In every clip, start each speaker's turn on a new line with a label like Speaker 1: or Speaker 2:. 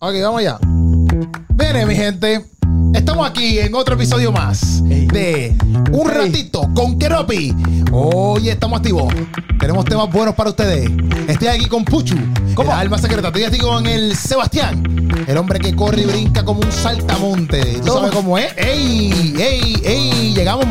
Speaker 1: Ok, vamos allá. Viene, mi gente. Estamos aquí en otro episodio más de Un Ratito con Keropi. Hoy estamos activos. Tenemos temas buenos para ustedes. Estoy aquí con Puchu, ¿Cómo? el alma secreta. Estoy aquí con el Sebastián, el hombre que corre y brinca como un saltamonte. ¿Tú sabes cómo es? ¡Ey! ¡Ey! ¡Ey! Llegamos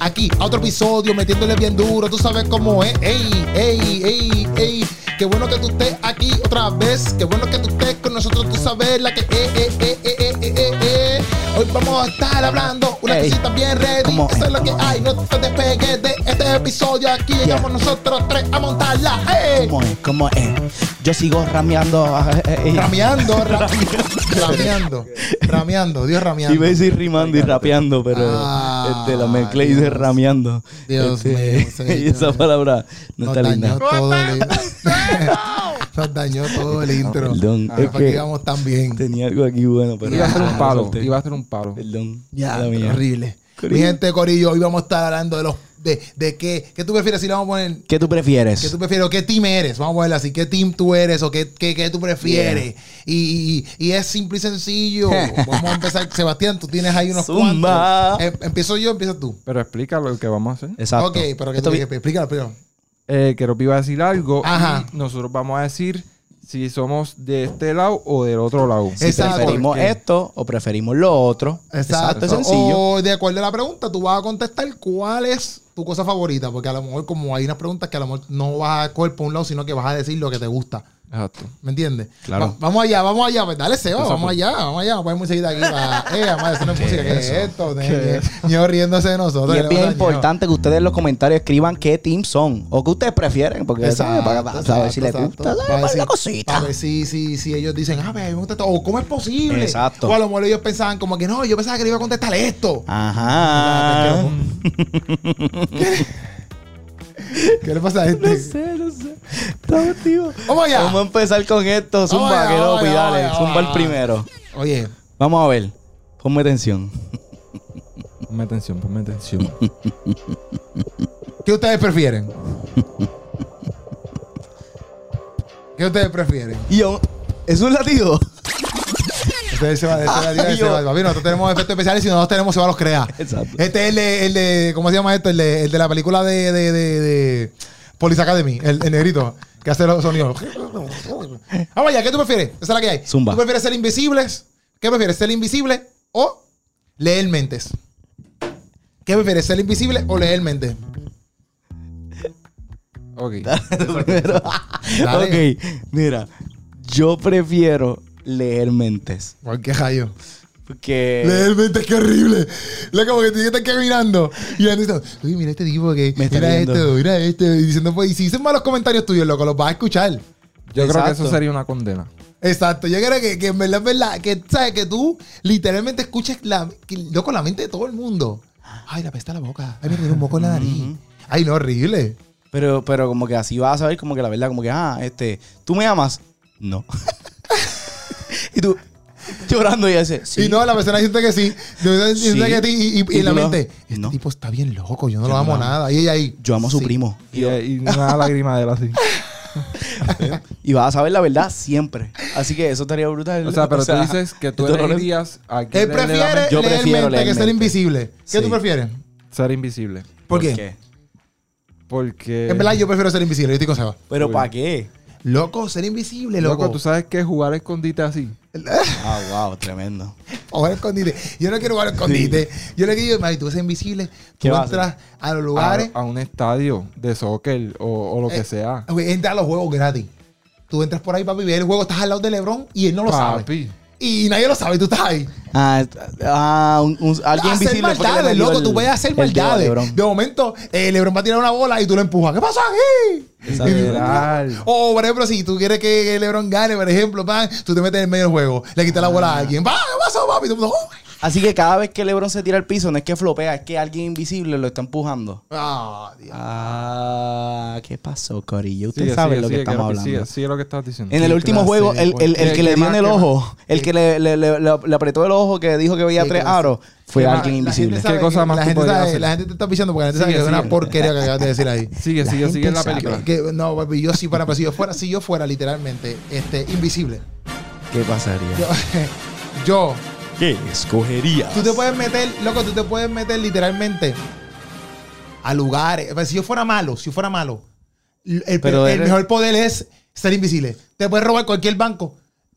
Speaker 1: aquí a otro episodio metiéndole bien duro. ¿Tú sabes cómo es? ¡Ey! ¡Ey! ¡Ey! ¡Ey! Qué bueno que tú estés aquí otra vez. Qué bueno que tú estés con nosotros. Tú sabes la que. Eh, eh, eh, eh, eh, eh, eh, eh. Hoy vamos a estar hablando una
Speaker 2: Ey.
Speaker 1: cosita bien ready.
Speaker 2: ¿Cómo
Speaker 1: Eso
Speaker 2: es?
Speaker 1: es lo que hay. No te despegues de este episodio. Aquí llegamos nosotros tres a montarla. ¡Ey!
Speaker 2: ¿Cómo es? ¿Cómo es? Yo sigo rameando. ah, eh, eh,
Speaker 1: Rameando, ra- rameando, rameando, Dios rameando.
Speaker 2: Iba a decir rimando y rapeando, pero
Speaker 1: Ah,
Speaker 2: este, la mezclé y de
Speaker 1: Dios.
Speaker 2: rameando.
Speaker 1: Dios
Speaker 2: Este,
Speaker 1: mío, señor.
Speaker 2: Y esa palabra no,
Speaker 1: Nos
Speaker 2: está linda.
Speaker 1: dañó todo el intro. Nos dañó todo el intro.
Speaker 2: Perdón,
Speaker 1: Ah,
Speaker 2: es
Speaker 1: ¿para qué
Speaker 2: que-
Speaker 1: íbamos tan bien?
Speaker 2: Tenía algo aquí bueno, pero.
Speaker 3: Iba a ser
Speaker 2: Ah,
Speaker 3: un palo,
Speaker 2: solté.
Speaker 3: iba a ser un palo.
Speaker 2: Perdón.
Speaker 1: Ya,
Speaker 2: mala mía.
Speaker 1: horrible. Mi
Speaker 2: Corillo.
Speaker 1: gente, Corillo, hoy vamos a estar hablando de los de, de qué, qué tú prefieres si le vamos a poner
Speaker 2: ¿Qué tú prefieres?
Speaker 1: ¿Qué tú prefieres? ¿O ¿Qué team eres? Vamos a ponerlo así. ¿Qué team tú eres? ¿O qué, qué, qué tú prefieres? Y, y- y es simple y sencillo. Vamos a empezar. Sebastián, tú tienes ahí unos
Speaker 2: Zumba.
Speaker 1: cuantos. Em- empiezo yo, empiezas tú.
Speaker 3: Pero explícalo lo que vamos a hacer.
Speaker 2: Exacto.
Speaker 1: Ok, pero que
Speaker 2: Esto
Speaker 1: tú
Speaker 2: vi-
Speaker 1: que- explícalo pues. primero.
Speaker 3: Eh, Keropi va a decir algo
Speaker 1: Ajá.
Speaker 3: y nosotros vamos a decir si somos de este lado o del otro lado.
Speaker 2: si
Speaker 1: Exacto.
Speaker 2: preferimos
Speaker 3: Porque-
Speaker 2: esto o preferimos lo otro. Exacto. es sencillo.
Speaker 1: O de acuerdo a la pregunta, tú vas a contestar cuál es tu cosa favorita. Porque a lo mejor, como hay unas preguntas que a lo mejor no vas a coger por un lado, sino que vas a decir lo que te gusta.
Speaker 3: Exacto.
Speaker 1: ¿Me entiendes?
Speaker 2: Claro.
Speaker 1: Va- vamos allá, vamos allá. Pues dale, Seba,
Speaker 3: Exacto.
Speaker 1: vamos allá, vamos allá. Vamos enseguida aquí. Para, eh, madre, eso no es música. ¿Qué es esto? Ni- ni- ni riéndose de nosotros.
Speaker 2: Y es
Speaker 1: ni
Speaker 2: bien
Speaker 1: nada, ni nada.
Speaker 2: importante que ustedes en los comentarios escriban qué team son o qué ustedes prefieren, porque ¿sabe? para, para saber si les
Speaker 1: exacto.
Speaker 2: gusta, ¿sabe?
Speaker 1: Para
Speaker 2: Para
Speaker 1: decir-
Speaker 2: la cosita.
Speaker 1: Para ver si, si, si ellos dicen, ah, me gusta esto. O cómo es posible.
Speaker 2: Exacto.
Speaker 1: O a lo mejor ellos pensaban como que no, yo pensaba que le iba a contestar esto. Ah.
Speaker 2: Ajá.
Speaker 1: ¿Qué le pasa a este?
Speaker 2: no sé. Estamos tío.
Speaker 1: Vamos allá.
Speaker 2: Vamos a empezar con esto.
Speaker 1: Vamos
Speaker 2: Zumba,
Speaker 1: allá,
Speaker 2: que
Speaker 1: vamos
Speaker 2: no,
Speaker 1: allá,
Speaker 2: dale.
Speaker 1: vamos allá,
Speaker 2: Zumba el
Speaker 1: vamos allá.
Speaker 2: primero.
Speaker 1: Oye,
Speaker 2: Vamos a ver. Ponme atención.
Speaker 3: Ponme atención, ponme atención.
Speaker 1: ¿qué ustedes prefieren? ¿Qué ustedes prefieren?
Speaker 2: Y yo- ¿Es un latido?
Speaker 1: Ustedes se van, ustedes se van, ustedes se
Speaker 2: yo.
Speaker 1: van. Papi, nosotros tenemos efectos especiales y no los tenemos, se va a los crear.
Speaker 2: Exacto.
Speaker 1: Este es el de, el de- ¿cómo se llama esto? El de, el de la película de, de, de, de Police Academy, el, el negrito, que hace los sonidos. Vamos allá, ¿qué tú prefieres? Esa es la que hay.
Speaker 2: Zumba.
Speaker 1: ¿Tú prefieres ser invisibles? ¿Qué prefieres, ser invisible o leer mentes? ¿Qué prefieres, ser invisible o leer mentes?
Speaker 3: Ok.
Speaker 2: Primero.
Speaker 1: Dale.
Speaker 2: ok, mira. Yo prefiero leer mentes.
Speaker 1: ¿Por qué rayo?
Speaker 2: Porque.
Speaker 1: Leer mentes, qué horrible. La como que te están caminando. Y la gente dice, uy, mira este tipo que.
Speaker 2: Me está
Speaker 1: mira
Speaker 2: viendo.
Speaker 1: esto, mira este. Y diciendo, pues, y si dicen malos comentarios tuyos, loco, los vas a escuchar.
Speaker 3: Yo creo que eso
Speaker 2: Exacto.
Speaker 3: sería una condena.
Speaker 1: Exacto, yo creo que, que en verdad, en verdad, que sabes que tú literalmente escuchas la, que, loco, la mente de todo el mundo. Ay, la pesta la boca. Ay, me tiene un moco en la nariz. Ay, no, horrible.
Speaker 2: Pero, pero como que así vas a saber como que la verdad, como que, ah, este, ¿tú me amas? No. y tú llorando y dice, sí.
Speaker 1: Y no, la persona siente que sí. Siente
Speaker 2: Sí.
Speaker 1: que sí. Y, y- y
Speaker 2: Y
Speaker 1: la
Speaker 2: tú no.
Speaker 1: mente, este
Speaker 2: No.
Speaker 1: tipo está bien loco, yo no
Speaker 2: Yo
Speaker 1: lo
Speaker 2: no
Speaker 1: amo
Speaker 2: lo amo.
Speaker 1: nada. Y ella ahí.
Speaker 2: Yo amo a su
Speaker 1: sí.
Speaker 2: primo.
Speaker 3: Y, eh, y una lágrima de él así.
Speaker 2: Y vas a saber la verdad siempre. Así que eso estaría brutal.
Speaker 3: O sea, pero tú dices que tú
Speaker 2: esto no lo-
Speaker 3: elegirías a que
Speaker 1: Él
Speaker 3: le- le da
Speaker 1: prefiere
Speaker 2: Yo
Speaker 1: leer
Speaker 2: prefiero
Speaker 1: mente que
Speaker 2: leer
Speaker 1: ser
Speaker 2: mente.
Speaker 1: invisible. ¿Qué
Speaker 2: Sí.
Speaker 1: tú prefieres?
Speaker 3: ser invisible.
Speaker 1: ¿Por, qué?
Speaker 3: Porque.
Speaker 1: En verdad, yo prefiero ser invisible. Yo estoy con Seba.
Speaker 2: ¿Pero para qué?
Speaker 1: Loco, ser invisible,
Speaker 3: Loco,
Speaker 1: loco.
Speaker 3: tú sabes que jugar escondite así.
Speaker 2: Ah, wow, tremendo.
Speaker 1: Jugar escondite. Yo no quiero jugar escondite. Yo le digo, mami, tú eres invisible. Tú
Speaker 2: ¿Qué vas a Ah,
Speaker 1: entras a los lugares.
Speaker 3: A, a un estadio de soccer o, o lo que
Speaker 1: eh,
Speaker 3: sea.
Speaker 1: güey, Entra a los juegos gratis. Tú entras por ahí, papi, ves el juego, estás al lado de Lebron y él no lo sabe.
Speaker 3: Papi.
Speaker 1: Y nadie lo sabe, y tú estás ahí.
Speaker 2: Ah, est- ah, un- un- alguien
Speaker 1: hacer
Speaker 2: invisible. fue que le
Speaker 1: maldades,
Speaker 2: metió
Speaker 1: loco.
Speaker 2: el-
Speaker 1: tú puedes hacer
Speaker 2: el dedo a
Speaker 1: maldades.
Speaker 2: Lebron.
Speaker 1: De momento, eh, Lebron va a tirar una bola y tú lo empujas. ¿Qué pasa aquí?
Speaker 3: Literal.
Speaker 1: O, por ejemplo, si tú quieres que LeBron gane, por ejemplo, pan, tú te metes en el medio del juego, le quitas la bola
Speaker 2: Ah.
Speaker 1: a alguien, ¡pa! ¿Qué pasó, papi? Y todo el mundo, "Oh,
Speaker 2: Así que cada vez que LeBron se tira al piso, no es que flopea, es que alguien invisible lo está empujando.
Speaker 1: Ah, Dios.
Speaker 2: Ah, ¿qué pasó, Corillo? Ustedes
Speaker 3: Sigue,
Speaker 2: saben
Speaker 3: sigue,
Speaker 2: lo
Speaker 3: sigue,
Speaker 2: que estamos
Speaker 3: Keropi,
Speaker 2: hablando.
Speaker 3: Sigue, sigue lo que estás diciendo.
Speaker 2: En el
Speaker 1: Qué
Speaker 2: último
Speaker 1: clase
Speaker 2: juego,
Speaker 1: de
Speaker 2: el, el- el que
Speaker 3: ¿Qué
Speaker 2: le dio en
Speaker 3: más,
Speaker 2: el
Speaker 3: qué
Speaker 2: ojo, el que le, le- le- le- le apretó el ojo, que dijo que veía
Speaker 1: Qué
Speaker 2: tres
Speaker 1: clase.
Speaker 2: aros, fue
Speaker 1: La-
Speaker 2: alguien
Speaker 1: la
Speaker 2: invisible.
Speaker 1: gente sabe
Speaker 3: ¿Qué cosa
Speaker 1: que-
Speaker 3: más
Speaker 1: la
Speaker 3: tú
Speaker 1: gente,
Speaker 3: podrías
Speaker 1: sabe-
Speaker 3: hacer?
Speaker 1: la gente te está pisando porque la gente sabe
Speaker 3: Sigue,
Speaker 1: que es una
Speaker 3: sigue.
Speaker 1: porquería que acabas de decir ahí.
Speaker 3: Sigue,
Speaker 2: La
Speaker 3: sigue, sigue
Speaker 2: gente
Speaker 3: en la
Speaker 2: sabe.
Speaker 3: película.
Speaker 1: pues, Que, no, papi, yo sí, para, pero si yo fuera, si yo fuera literalmente este, invisible,
Speaker 2: ¿Qué pasaría?
Speaker 1: Yo, yo,
Speaker 2: ¿Qué escogerías?
Speaker 1: tú te puedes meter, loco, tú te puedes meter literalmente a lugares. Pues, Si yo fuera malo, si yo fuera malo, el, el-
Speaker 2: Pero
Speaker 1: el
Speaker 2: eres-
Speaker 1: mejor poder es ser invisible. Te puedes robar cualquier banco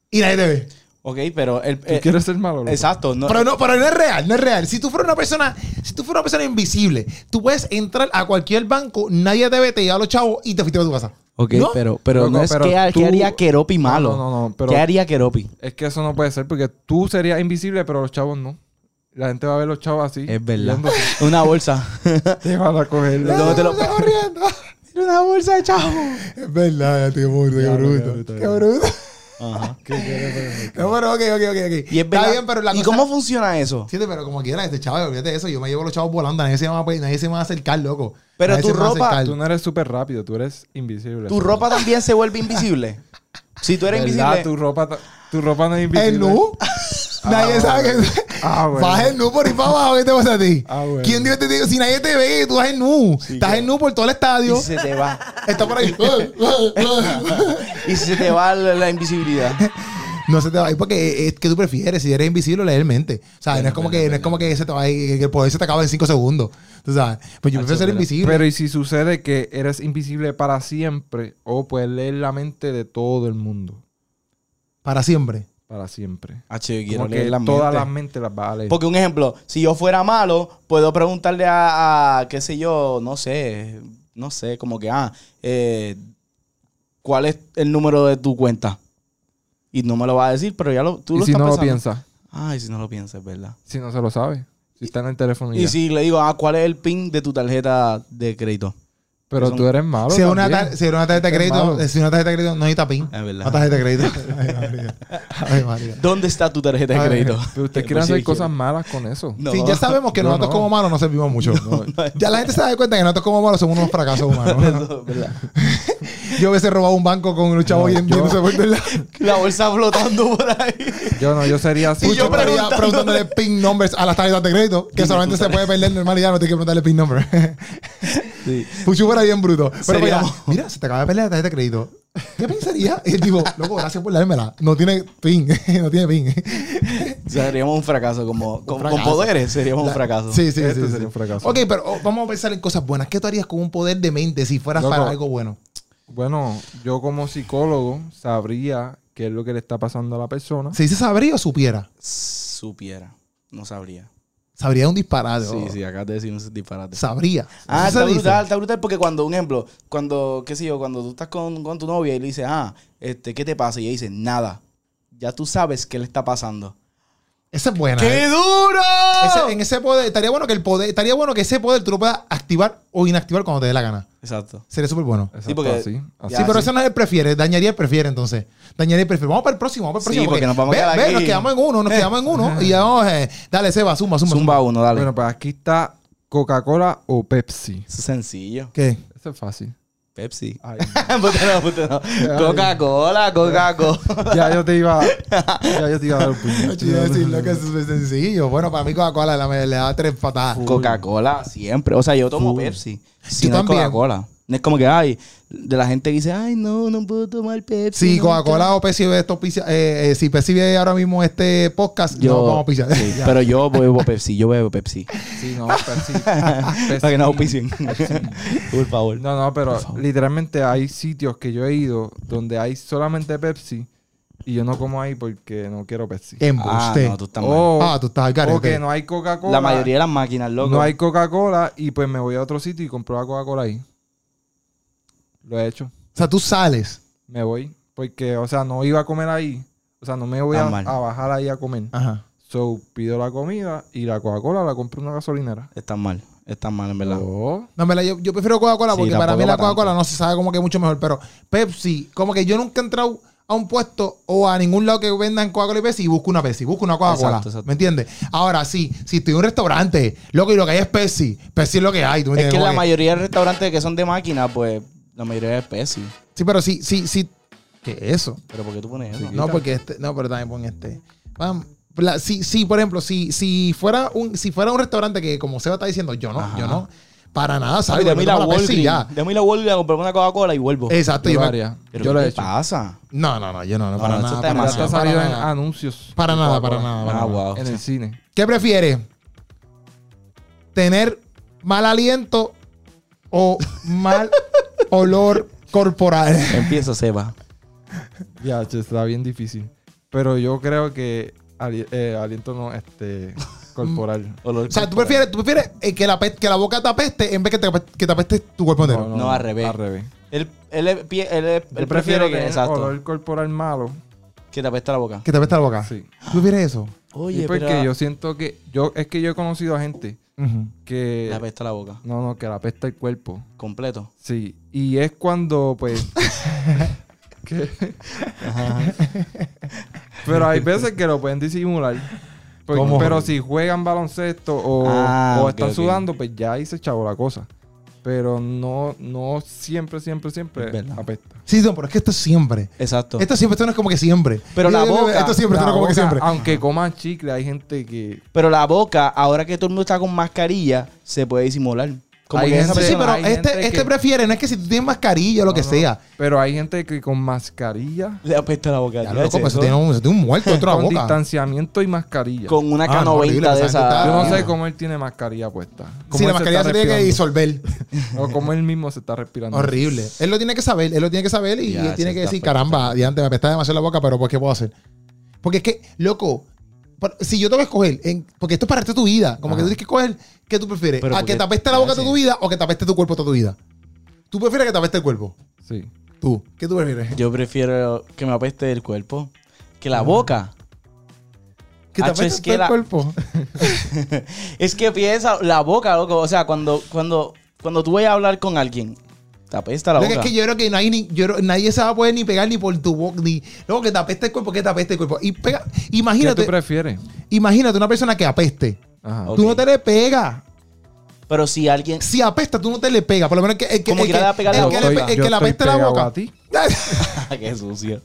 Speaker 1: y nadie te ve.
Speaker 2: Ok, pero el.
Speaker 3: Tú
Speaker 2: eh,
Speaker 3: quieres ser malo. loco.
Speaker 2: exacto. No,
Speaker 1: Pero no, pero no es real, no es real. Si tú fueras una persona, si tú fueras una persona invisible, tú puedes entrar a cualquier banco, nadie te ve, te lleva a los chavos y te fuiste a tu casa.
Speaker 2: ok,
Speaker 1: ¿No?
Speaker 2: pero, pero
Speaker 3: Loco,
Speaker 2: no es.
Speaker 3: pero
Speaker 2: ¿qué, qué
Speaker 3: tú-
Speaker 2: haría Keropi
Speaker 3: No,
Speaker 2: malo?
Speaker 3: No, no, no, pero
Speaker 2: ¿Qué haría Keropi?
Speaker 3: es que eso no puede ser porque tú serías invisible, pero los chavos no. La gente va a ver los chavos así.
Speaker 2: Es verdad.
Speaker 3: yendo.
Speaker 2: Una bolsa.
Speaker 3: Te van a coger.
Speaker 2: Lo-
Speaker 1: ¡Ah,
Speaker 2: te lo-
Speaker 1: está corriendo!
Speaker 2: una bolsa de chavo.
Speaker 1: Es verdad, ya te muerto, qué bruto. Qué bruto.
Speaker 2: Ajá.
Speaker 1: No, bueno, ok, ok, ok. ok.
Speaker 2: Y
Speaker 1: Está
Speaker 2: es verdad.
Speaker 1: bien, pero la
Speaker 2: ¿Y
Speaker 1: cosa-
Speaker 2: cómo funciona eso?
Speaker 1: Siente, pero como quiera, este chaval, olvídate de eso. Yo me llevo los chavos volando, nadie se va a, nadie se me va a acercar, loco.
Speaker 2: Pero
Speaker 1: Nadie
Speaker 2: tu
Speaker 1: se me va a
Speaker 2: ropa,
Speaker 1: acercar.
Speaker 3: Tú no eres súper rápido, tú eres invisible.
Speaker 2: ¿Tu ropa también se vuelve invisible? Si tú eres
Speaker 3: ¿Verdad?
Speaker 2: invisible.
Speaker 3: Tu ropa, ta- tu ropa no es invisible.
Speaker 1: El nu. nadie
Speaker 3: Ah,
Speaker 1: sabe que.
Speaker 3: Ah, bueno.
Speaker 1: Baja el nu por ahí para abajo, ¿qué te pasa a ti?
Speaker 3: Ah, bueno.
Speaker 1: ¿Quién dijo que te digo? Si nadie te ve, tú estás en nu. estás en nu por todo el
Speaker 2: Y
Speaker 1: estadio.
Speaker 2: se te va.
Speaker 1: Está por ahí.
Speaker 2: Y se te va la, la invisibilidad.
Speaker 1: no se te va a ir porque es que tú prefieres, si eres invisible, legalmente. O sea, no es como que, no es como que se te va a ir, que el poder se te acaba en 5 segundos. Tú sabes. Pues yo
Speaker 2: Ah,
Speaker 1: prefiero ser invisible.
Speaker 3: Pero y si sucede que eres invisible para siempre o puedes leer la mente de todo el mundo
Speaker 1: Para siempre.
Speaker 3: para siempre.
Speaker 2: Ah, che, yo quiero
Speaker 3: Como que
Speaker 2: leer la
Speaker 3: todas
Speaker 2: mente.
Speaker 3: las mentes las vas a leer.
Speaker 2: Porque un ejemplo, si yo fuera malo, puedo preguntarle a, a, qué sé yo, no sé, no sé, como que, ah, eh, ¿cuál es el número de tu cuenta? Y no me lo va a decir, pero ya lo, tú
Speaker 3: y
Speaker 2: lo
Speaker 3: si
Speaker 2: estás
Speaker 3: no lo
Speaker 2: pensando.
Speaker 3: piensas,
Speaker 2: Ay, si no lo piensas, ¿verdad?
Speaker 3: si no se lo sabe, si está en el teléfono y
Speaker 2: Y
Speaker 3: ya.
Speaker 2: si le digo, ah, ¿cuál es el PIN de tu tarjeta de crédito?
Speaker 3: Pero
Speaker 2: son-
Speaker 3: tú eres malo.
Speaker 1: Si es una,
Speaker 3: también.
Speaker 1: tar- si es una tarjeta de
Speaker 3: Es
Speaker 1: crédito,
Speaker 3: malo.
Speaker 1: si es una tarjeta de crédito, no necesita PIN.
Speaker 2: Es verdad.
Speaker 1: Una tarjeta de crédito. Ay, María. Ay, María.
Speaker 2: ¿Dónde está tu tarjeta
Speaker 1: Ay,
Speaker 2: de crédito?
Speaker 3: Pero ustedes
Speaker 2: Por
Speaker 3: quieren
Speaker 2: si
Speaker 3: hacer cosas
Speaker 2: quieren.
Speaker 3: malas con eso.
Speaker 2: No.
Speaker 1: Sí, ya sabemos que
Speaker 3: Yo
Speaker 1: nosotros
Speaker 3: no.
Speaker 1: como humanos no servimos mucho. ya la gente se da cuenta que nosotros como humanos somos unos fracasos humanos.
Speaker 2: Eso, ¿verdad?
Speaker 1: yo hubiese robado un banco con un chavo
Speaker 3: No,
Speaker 1: y
Speaker 3: yo-
Speaker 1: yéndose por del lado.
Speaker 2: La bolsa flotando por ahí.
Speaker 3: Yo no, yo sería así.
Speaker 1: Y yo
Speaker 2: Mucho
Speaker 1: estaría
Speaker 2: preguntándole.
Speaker 1: preguntándole PIN numbers a las tarjetas de crédito, que solamente se puede perder normal y ya no tiene que preguntarle PIN number.
Speaker 2: Sí.
Speaker 1: Puchu fuera bien bruto. Pero mira,
Speaker 2: Seríamos-
Speaker 1: mira, se te acaba de perder la tarjeta de crédito. ¿Qué pensaría? Y el tipo, loco, gracias por dármela. No tiene PIN. no tiene PIN.
Speaker 2: Seríamos un fracaso, como con,
Speaker 1: fracaso.
Speaker 2: con poderes seríamos
Speaker 1: La-
Speaker 2: un fracaso.
Speaker 1: Sí, sí,
Speaker 3: Este
Speaker 1: sí, sí.
Speaker 3: sería un fracaso.
Speaker 1: Ok, pero oh, vamos a pensar en cosas buenas. ¿Qué tú harías con un poder de mente si fueras
Speaker 3: Loco.
Speaker 1: para algo bueno?
Speaker 3: Bueno, yo como psicólogo sabría qué es lo que le está pasando a la persona.
Speaker 1: ¿Se dice sabría o supiera?
Speaker 2: Supiera, no sabría.
Speaker 1: Sabría un disparate.
Speaker 2: Sí,
Speaker 1: o-
Speaker 2: sí, acá te decimos un disparate.
Speaker 1: Sabría.
Speaker 2: Ah,
Speaker 1: Ah, oh. Eso
Speaker 2: está
Speaker 1: se dice.
Speaker 2: brutal, está brutal porque cuando, un ejemplo, cuando, qué sé yo, cuando tú estás con, con tu novia y le dices, ah, este, ¿qué te pasa? Y ella dice, nada. Ya tú sabes qué le está pasando.
Speaker 1: Esa es buena.
Speaker 2: ¡Qué
Speaker 1: eh.
Speaker 2: duro!
Speaker 1: Ese- en ese poder, estaría bueno que el poder, estaría bueno que ese poder tú lo puedas activar o inactivar cuando te dé la gana.
Speaker 2: Exacto.
Speaker 1: Sería súper bueno.
Speaker 3: Exacto,
Speaker 2: Sí, porque-
Speaker 3: así. así.
Speaker 2: Ya,
Speaker 1: sí, pero
Speaker 2: Ah, sí.
Speaker 1: eso no es el prefiere. Dañaría el prefiere, entonces. Dañaría el prefiere. Vamos para el próximo, vamos para el
Speaker 2: Sí,
Speaker 1: próximo.
Speaker 2: porque nos vamos a
Speaker 1: ve-
Speaker 2: quedar
Speaker 1: ve,
Speaker 2: aquí.
Speaker 1: nos quedamos en uno, nos quedamos en uno. Y ya vamos, eh, dale, Seba, zumba, zumba, zumba.
Speaker 2: Zumba uno, dale.
Speaker 3: Bueno, pues aquí está Coca-Cola o Pepsi.
Speaker 2: Eso es sencillo.
Speaker 1: ¿Qué?
Speaker 3: Eso es fácil.
Speaker 2: Pepsi.
Speaker 3: Ay,
Speaker 2: Puta no, puta no. Coca-Cola, Coca-Cola.
Speaker 3: ya yo te iba ya yo te iba a dar un puño.
Speaker 1: No te iba a decir lo que es súper sencillo. Bueno, para mí Coca-Cola la- me- le da tres patadas.
Speaker 2: Coca-Cola siempre. O sea, yo tomo
Speaker 3: Full.
Speaker 2: Pepsi. Si
Speaker 1: Yo
Speaker 2: no es
Speaker 1: también.
Speaker 2: Coca-Cola. No es como que hay de la gente que dice, ay, no, no puedo tomar Pepsi.
Speaker 1: Si
Speaker 2: nunca".
Speaker 1: Coca-Cola o Pepsi ve esto, auspicia- eh, eh, si Pepsi ve ahora mismo este podcast,
Speaker 2: Yo,
Speaker 1: no vamos a pisar.
Speaker 2: sí, pero yo bebo Pepsi, yo bebo Pepsi.
Speaker 3: Sí, no, Pepsi.
Speaker 2: Para que no auspicien. Por favor.
Speaker 3: No, no, pero
Speaker 2: Por favor.
Speaker 3: literalmente hay sitios que yo he ido donde hay solamente Pepsi y yo no como ahí porque no quiero Pepsi.
Speaker 2: Ah,
Speaker 1: Embuste.
Speaker 2: no, tú estás mal.
Speaker 3: O,
Speaker 1: Ah, tú estás al garete.
Speaker 3: o que no hay Coca-Cola.
Speaker 2: La mayoría de las máquinas, loco.
Speaker 3: No hay Coca-Cola y pues me voy a otro sitio y compro la Coca-Cola ahí. Lo he hecho.
Speaker 1: O sea, tú sales.
Speaker 3: Me voy porque, o sea, no iba a comer ahí. O sea, no me voy
Speaker 2: Está
Speaker 3: a,
Speaker 2: mal. Ah.
Speaker 3: a bajar ahí a comer.
Speaker 1: Ajá.
Speaker 3: So, pido la comida y la Coca-Cola la compro en una gasolinera.
Speaker 2: Están mal, están mal, en verdad.
Speaker 3: Oh.
Speaker 1: No, me la, yo, yo prefiero Coca-Cola
Speaker 2: Sí,
Speaker 1: porque para
Speaker 2: tampoco
Speaker 1: mí la
Speaker 2: para
Speaker 1: Coca-Cola no se sabe como que mucho mejor. Pero Pepsi, como que yo nunca he entrado a un puesto o a ningún lado que vendan Coca-Cola y Pepsi y busco una Pepsi, busco una Coca-Cola.
Speaker 2: Exacto, exacto.
Speaker 1: ¿Me entiendes? Ahora sí, si estoy en un restaurante, loco, y lo que hay es Pepsi. Pepsi es lo que hay. ¿tú me
Speaker 2: Es
Speaker 1: entiendes?
Speaker 2: que
Speaker 1: Como
Speaker 2: la
Speaker 1: que-
Speaker 2: mayoría de restaurantes que son de máquina, pues la mayoría es Pepsi.
Speaker 1: Sí, pero sí, sí, sí. ¿Qué es eso?
Speaker 2: Pero ¿por qué tú pones eso?
Speaker 1: No, porque este, no, pero también pon este. Pam, la- si, si, por ejemplo, si, si fuera un, si fuera un restaurante que, como Seba está diciendo, yo no,
Speaker 2: Ajá.
Speaker 1: yo no. Para nada,
Speaker 2: Papi,
Speaker 1: ¿sabes?
Speaker 2: déjame ir
Speaker 1: Volviendo
Speaker 2: a
Speaker 1: con la Pepsi, ya.
Speaker 2: Walgreens. Déjame ir a Walgreens a comprar una Coca-Cola y vuelvo.
Speaker 1: Exacto.
Speaker 3: Yo
Speaker 1: yo
Speaker 3: lo
Speaker 1: me-
Speaker 3: haría.
Speaker 2: Pero
Speaker 3: Yo lo
Speaker 2: ¿qué
Speaker 3: he
Speaker 2: te
Speaker 3: hecho.
Speaker 2: pasa?
Speaker 1: No, no, no, yo no, no,
Speaker 2: No,
Speaker 1: para
Speaker 2: eso
Speaker 1: nada.
Speaker 2: está
Speaker 1: Para
Speaker 3: Ya
Speaker 1: nada,
Speaker 3: está
Speaker 2: demasiado.
Speaker 1: para
Speaker 3: salido en
Speaker 1: nada.
Speaker 3: anuncios.
Speaker 1: Para nada, para
Speaker 3: Coca-Cola.
Speaker 1: nada, para
Speaker 2: Ah,
Speaker 1: nada.
Speaker 2: wow.
Speaker 3: En el cine.
Speaker 1: ¿Qué prefieres? ¿Tener mal aliento o mal olor corporal?
Speaker 2: Empieza, Seba.
Speaker 3: Ya, che, está bien difícil. Pero yo creo que ali- eh, aliento no, este, corporal.
Speaker 2: Olor
Speaker 1: O sea, ¿tú
Speaker 2: corporal.
Speaker 1: prefieres, tú prefieres eh, que, la pe- que la boca te apeste en vez que te, apeste- que te apeste tu cuerpo entero?
Speaker 2: No, al revés.
Speaker 3: Al revés.
Speaker 2: Él, él, es pie- él, es-
Speaker 3: Yo
Speaker 2: él
Speaker 3: prefiero
Speaker 2: prefiere
Speaker 3: tener
Speaker 2: que, exacto,
Speaker 3: olor corporal malo.
Speaker 2: que te apesta la boca.
Speaker 1: Que te apeste la
Speaker 2: Ah.
Speaker 1: boca.
Speaker 3: Sí.
Speaker 1: ¿Tú prefieres eso?
Speaker 3: y porque yo siento que... yo Es que yo he conocido a gente que...
Speaker 2: te apesta la boca.
Speaker 3: No, no, que la apesta el cuerpo.
Speaker 2: Completo.
Speaker 3: Sí. Y es cuando, pues... que- pero hay veces que lo pueden disimular. Porque-
Speaker 1: ¿Cómo?
Speaker 3: pero si juegan baloncesto o,
Speaker 2: Ah,
Speaker 3: o
Speaker 2: ok,
Speaker 3: están
Speaker 2: ok.
Speaker 3: sudando, pues ya ahí se chavo la cosa. Pero no, no siempre, siempre,
Speaker 2: Es
Speaker 3: siempre
Speaker 2: verdad.
Speaker 3: apesta.
Speaker 1: Sí, no, pero es que esto es siempre.
Speaker 2: Exacto.
Speaker 1: Esto siempre, esto no es como que siempre.
Speaker 2: Pero la
Speaker 1: Eh, eh,
Speaker 2: boca-
Speaker 1: Esto siempre, esto no
Speaker 3: La
Speaker 1: es como que
Speaker 3: boca,
Speaker 1: siempre.
Speaker 3: Aunque coman chicle, hay gente que.
Speaker 2: Pero la boca, ahora que todo el mundo está con mascarilla, se puede disimular. Como
Speaker 3: Hay
Speaker 2: que esa
Speaker 3: gente-
Speaker 1: Sí,
Speaker 2: persona-
Speaker 1: pero
Speaker 3: hay gente
Speaker 1: este, este
Speaker 3: que-
Speaker 1: prefiere, no es que si tú tienes mascarilla o lo que
Speaker 3: No, no.
Speaker 1: sea.
Speaker 3: Pero hay gente que con mascarilla,
Speaker 2: le apesta la boca.
Speaker 1: Ya,
Speaker 2: tío,
Speaker 1: loco,
Speaker 2: ese,
Speaker 1: pero eso
Speaker 2: ¿no?
Speaker 1: tiene un, eso tiene un muerto dentro de
Speaker 3: con
Speaker 1: la boca.
Speaker 3: distanciamiento y mascarilla.
Speaker 2: Con una
Speaker 1: Ah, no, horrible,
Speaker 2: K90
Speaker 1: esa
Speaker 2: de
Speaker 1: gente
Speaker 2: esa.
Speaker 1: está-
Speaker 3: Yo no
Speaker 1: Ah.
Speaker 3: sé cómo él tiene mascarilla puesta. Cómo
Speaker 1: Sí, la
Speaker 3: él se
Speaker 1: mascarilla se
Speaker 3: está
Speaker 1: tiene que
Speaker 3: respirando.
Speaker 1: disolver.
Speaker 3: O cómo él mismo se está respirando.
Speaker 1: Horrible. Él lo tiene que saber, él lo tiene que saber y
Speaker 2: Ya,
Speaker 1: él tiene
Speaker 2: sí,
Speaker 1: que
Speaker 2: está
Speaker 1: decir,
Speaker 2: fuerte.
Speaker 1: caramba, diante, me apesta demasiado la boca, pero pues, ¿qué puedo hacer? Porque es que, loco, por- si yo tengo que escoger, en- porque esto es para el resto de tu vida, como que
Speaker 3: Ajá.
Speaker 1: tú tienes que escoger, ¿qué tú prefieres?
Speaker 2: Pero
Speaker 1: ¿A
Speaker 2: porque-
Speaker 1: que te apeste la boca
Speaker 2: ya,
Speaker 1: toda
Speaker 2: sí.
Speaker 1: tu vida o que te apeste tu cuerpo toda tu vida? ¿Tú prefieres que te apeste el cuerpo?
Speaker 3: Sí.
Speaker 1: Tú, ¿qué tú prefieres?
Speaker 2: Yo prefiero que me apeste el cuerpo que la boca.
Speaker 1: Ah. ¿Que te
Speaker 2: Hacho,
Speaker 1: apeste
Speaker 2: es que
Speaker 1: todo el
Speaker 2: la-
Speaker 1: cuerpo?
Speaker 2: Es que piensa la boca, loco. O sea, cuando, cuando, cuando tú vayas a hablar con alguien, te apesta la
Speaker 1: Lo que
Speaker 2: boca.
Speaker 1: es que yo creo que no hay ni- yo creo- nadie se va a poder ni pegar ni por tu boca, ni. Luego que te apeste el cuerpo, que te apeste el cuerpo. Y pega,
Speaker 3: ¿Qué tú
Speaker 1: imagínate,
Speaker 3: prefieres?
Speaker 1: imagínate una persona que apeste.
Speaker 3: Ajá.
Speaker 2: Ok.
Speaker 1: Tú no te le pegas.
Speaker 2: Pero si alguien.
Speaker 1: Si apesta, tú no te le pegas. Por lo menos el que, el que,
Speaker 2: Como
Speaker 1: el
Speaker 2: que le
Speaker 1: que-
Speaker 2: va a pegar
Speaker 1: el
Speaker 2: la
Speaker 1: que
Speaker 2: boca.
Speaker 1: le pe- el
Speaker 3: Yo
Speaker 1: que le
Speaker 3: estoy
Speaker 1: apeste la
Speaker 3: pegado a
Speaker 1: boca.
Speaker 3: ti.
Speaker 2: Ah, Qué sucio.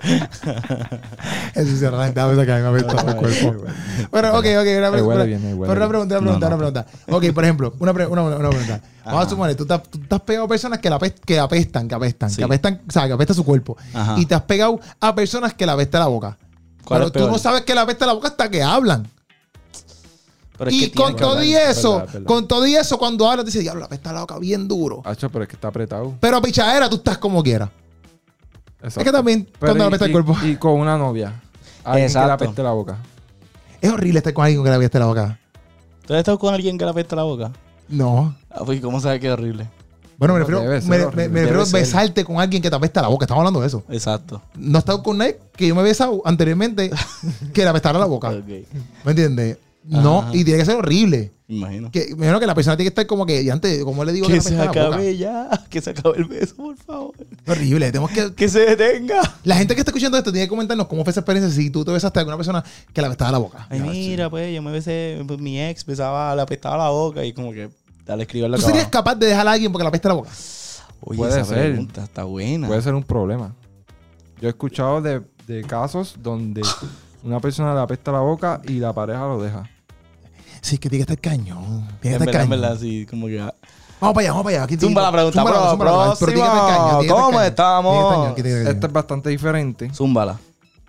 Speaker 1: Eso sí, la gente va a pensar que a mí me apesta todo el cuerpo. Pero, ok, ok. Una,
Speaker 3: Ahí huele
Speaker 1: pregunta,
Speaker 3: bien,
Speaker 1: pero
Speaker 3: ahí huele
Speaker 1: una pregunta,
Speaker 3: bien.
Speaker 1: una
Speaker 2: No,
Speaker 1: pregunta,
Speaker 2: no.
Speaker 1: una pregunta. Ok, por ejemplo, una, pre- una, una- una pregunta. Vamos a
Speaker 2: Ajá.
Speaker 1: suponer, tú te, has- tú te has pegado a personas que, la apest- que apestan, que apestan,
Speaker 2: Sí.
Speaker 1: que apestan, o sea, que apesta su cuerpo.
Speaker 2: Ajá.
Speaker 1: Y te has pegado a personas que la apesta la boca.
Speaker 2: ¿Cuál
Speaker 1: Pero
Speaker 2: es
Speaker 1: tú
Speaker 2: peor?
Speaker 1: no sabes que la apesta la boca hasta que hablan.
Speaker 2: Pero es
Speaker 1: y
Speaker 2: que tiene
Speaker 1: con
Speaker 2: que
Speaker 1: todo
Speaker 2: hablar.
Speaker 1: y
Speaker 3: es
Speaker 1: eso,
Speaker 3: verdad, es verdad.
Speaker 1: con todo y eso, cuando hablan, dices, diablo, la apesta la boca bien duro.
Speaker 3: Hacho, pero es que está apretado.
Speaker 1: Pero pichadera, tú estás como quieras.
Speaker 3: Exacto.
Speaker 1: Es que también cuando
Speaker 3: y-
Speaker 1: la apesta el
Speaker 3: y-
Speaker 1: cuerpo.
Speaker 3: Y con una novia. Alguien que le
Speaker 2: Exacto.
Speaker 3: apeste la boca.
Speaker 1: Es horrible estar con alguien que le apesta la boca.
Speaker 2: ¿Tú has estado con alguien que le apesta la boca?
Speaker 1: No.
Speaker 2: Ah, pues, ¿cómo sabes que es horrible?
Speaker 1: Bueno, me
Speaker 3: No,
Speaker 1: refiero,
Speaker 3: debe ser
Speaker 1: me,
Speaker 3: horrible.
Speaker 1: me- me refiero
Speaker 2: Debe ser.
Speaker 1: besarte con alguien que te apesta la boca. Estamos hablando de eso.
Speaker 2: Exacto.
Speaker 1: No he estado con nadie que yo me he besado anteriormente que le apestara la boca.
Speaker 2: Ok.
Speaker 1: ¿Me entiendes? No,
Speaker 2: Ajá.
Speaker 1: y tiene que ser horrible.
Speaker 2: Me imagino.
Speaker 1: Que, me imagino que la persona tiene que estar como que, y antes, como le digo, que
Speaker 2: Que
Speaker 1: le
Speaker 2: se
Speaker 1: apesta la boca.
Speaker 2: acabe ya. Que se acabe el beso, por favor.
Speaker 1: Horrible. Tenemos que,
Speaker 2: Que se detenga.
Speaker 1: la gente que está escuchando esto tiene que comentarnos cómo fue esa experiencia si tú te besaste a alguna persona que le apestaba la boca.
Speaker 2: Ay, mira, pues yo me besé. pues, mi ex besaba, le apestaba la boca y como que. Dale, escribirlo
Speaker 1: ¿Tú serías capaz de dejar a alguien porque le apesta la boca?
Speaker 2: Oye,
Speaker 3: Puede
Speaker 2: esa
Speaker 3: ser.
Speaker 2: pregunta está buena.
Speaker 3: Puede ser un problema. Yo he escuchado de, de casos donde una persona le apesta la boca y la pareja lo deja.
Speaker 1: Sí, es que tiene que estar cañón. Tiene
Speaker 2: En
Speaker 1: que estar
Speaker 2: verdad, en
Speaker 1: cañón.
Speaker 2: verdad, sí, como que.
Speaker 1: Vamos para allá, vamos para allá. Aquí
Speaker 2: Zumba la pregunta,
Speaker 1: zumba la-
Speaker 2: bro,
Speaker 1: zumba la-
Speaker 2: próximo.
Speaker 1: pero tiene que estar cañón, tiene que estar
Speaker 2: ¿Cómo
Speaker 1: cañón.
Speaker 2: estamos?
Speaker 1: Tiene que estar cañón, tiene que estar
Speaker 3: Esta
Speaker 1: cañón.
Speaker 3: es bastante diferente.
Speaker 2: Zúmbala.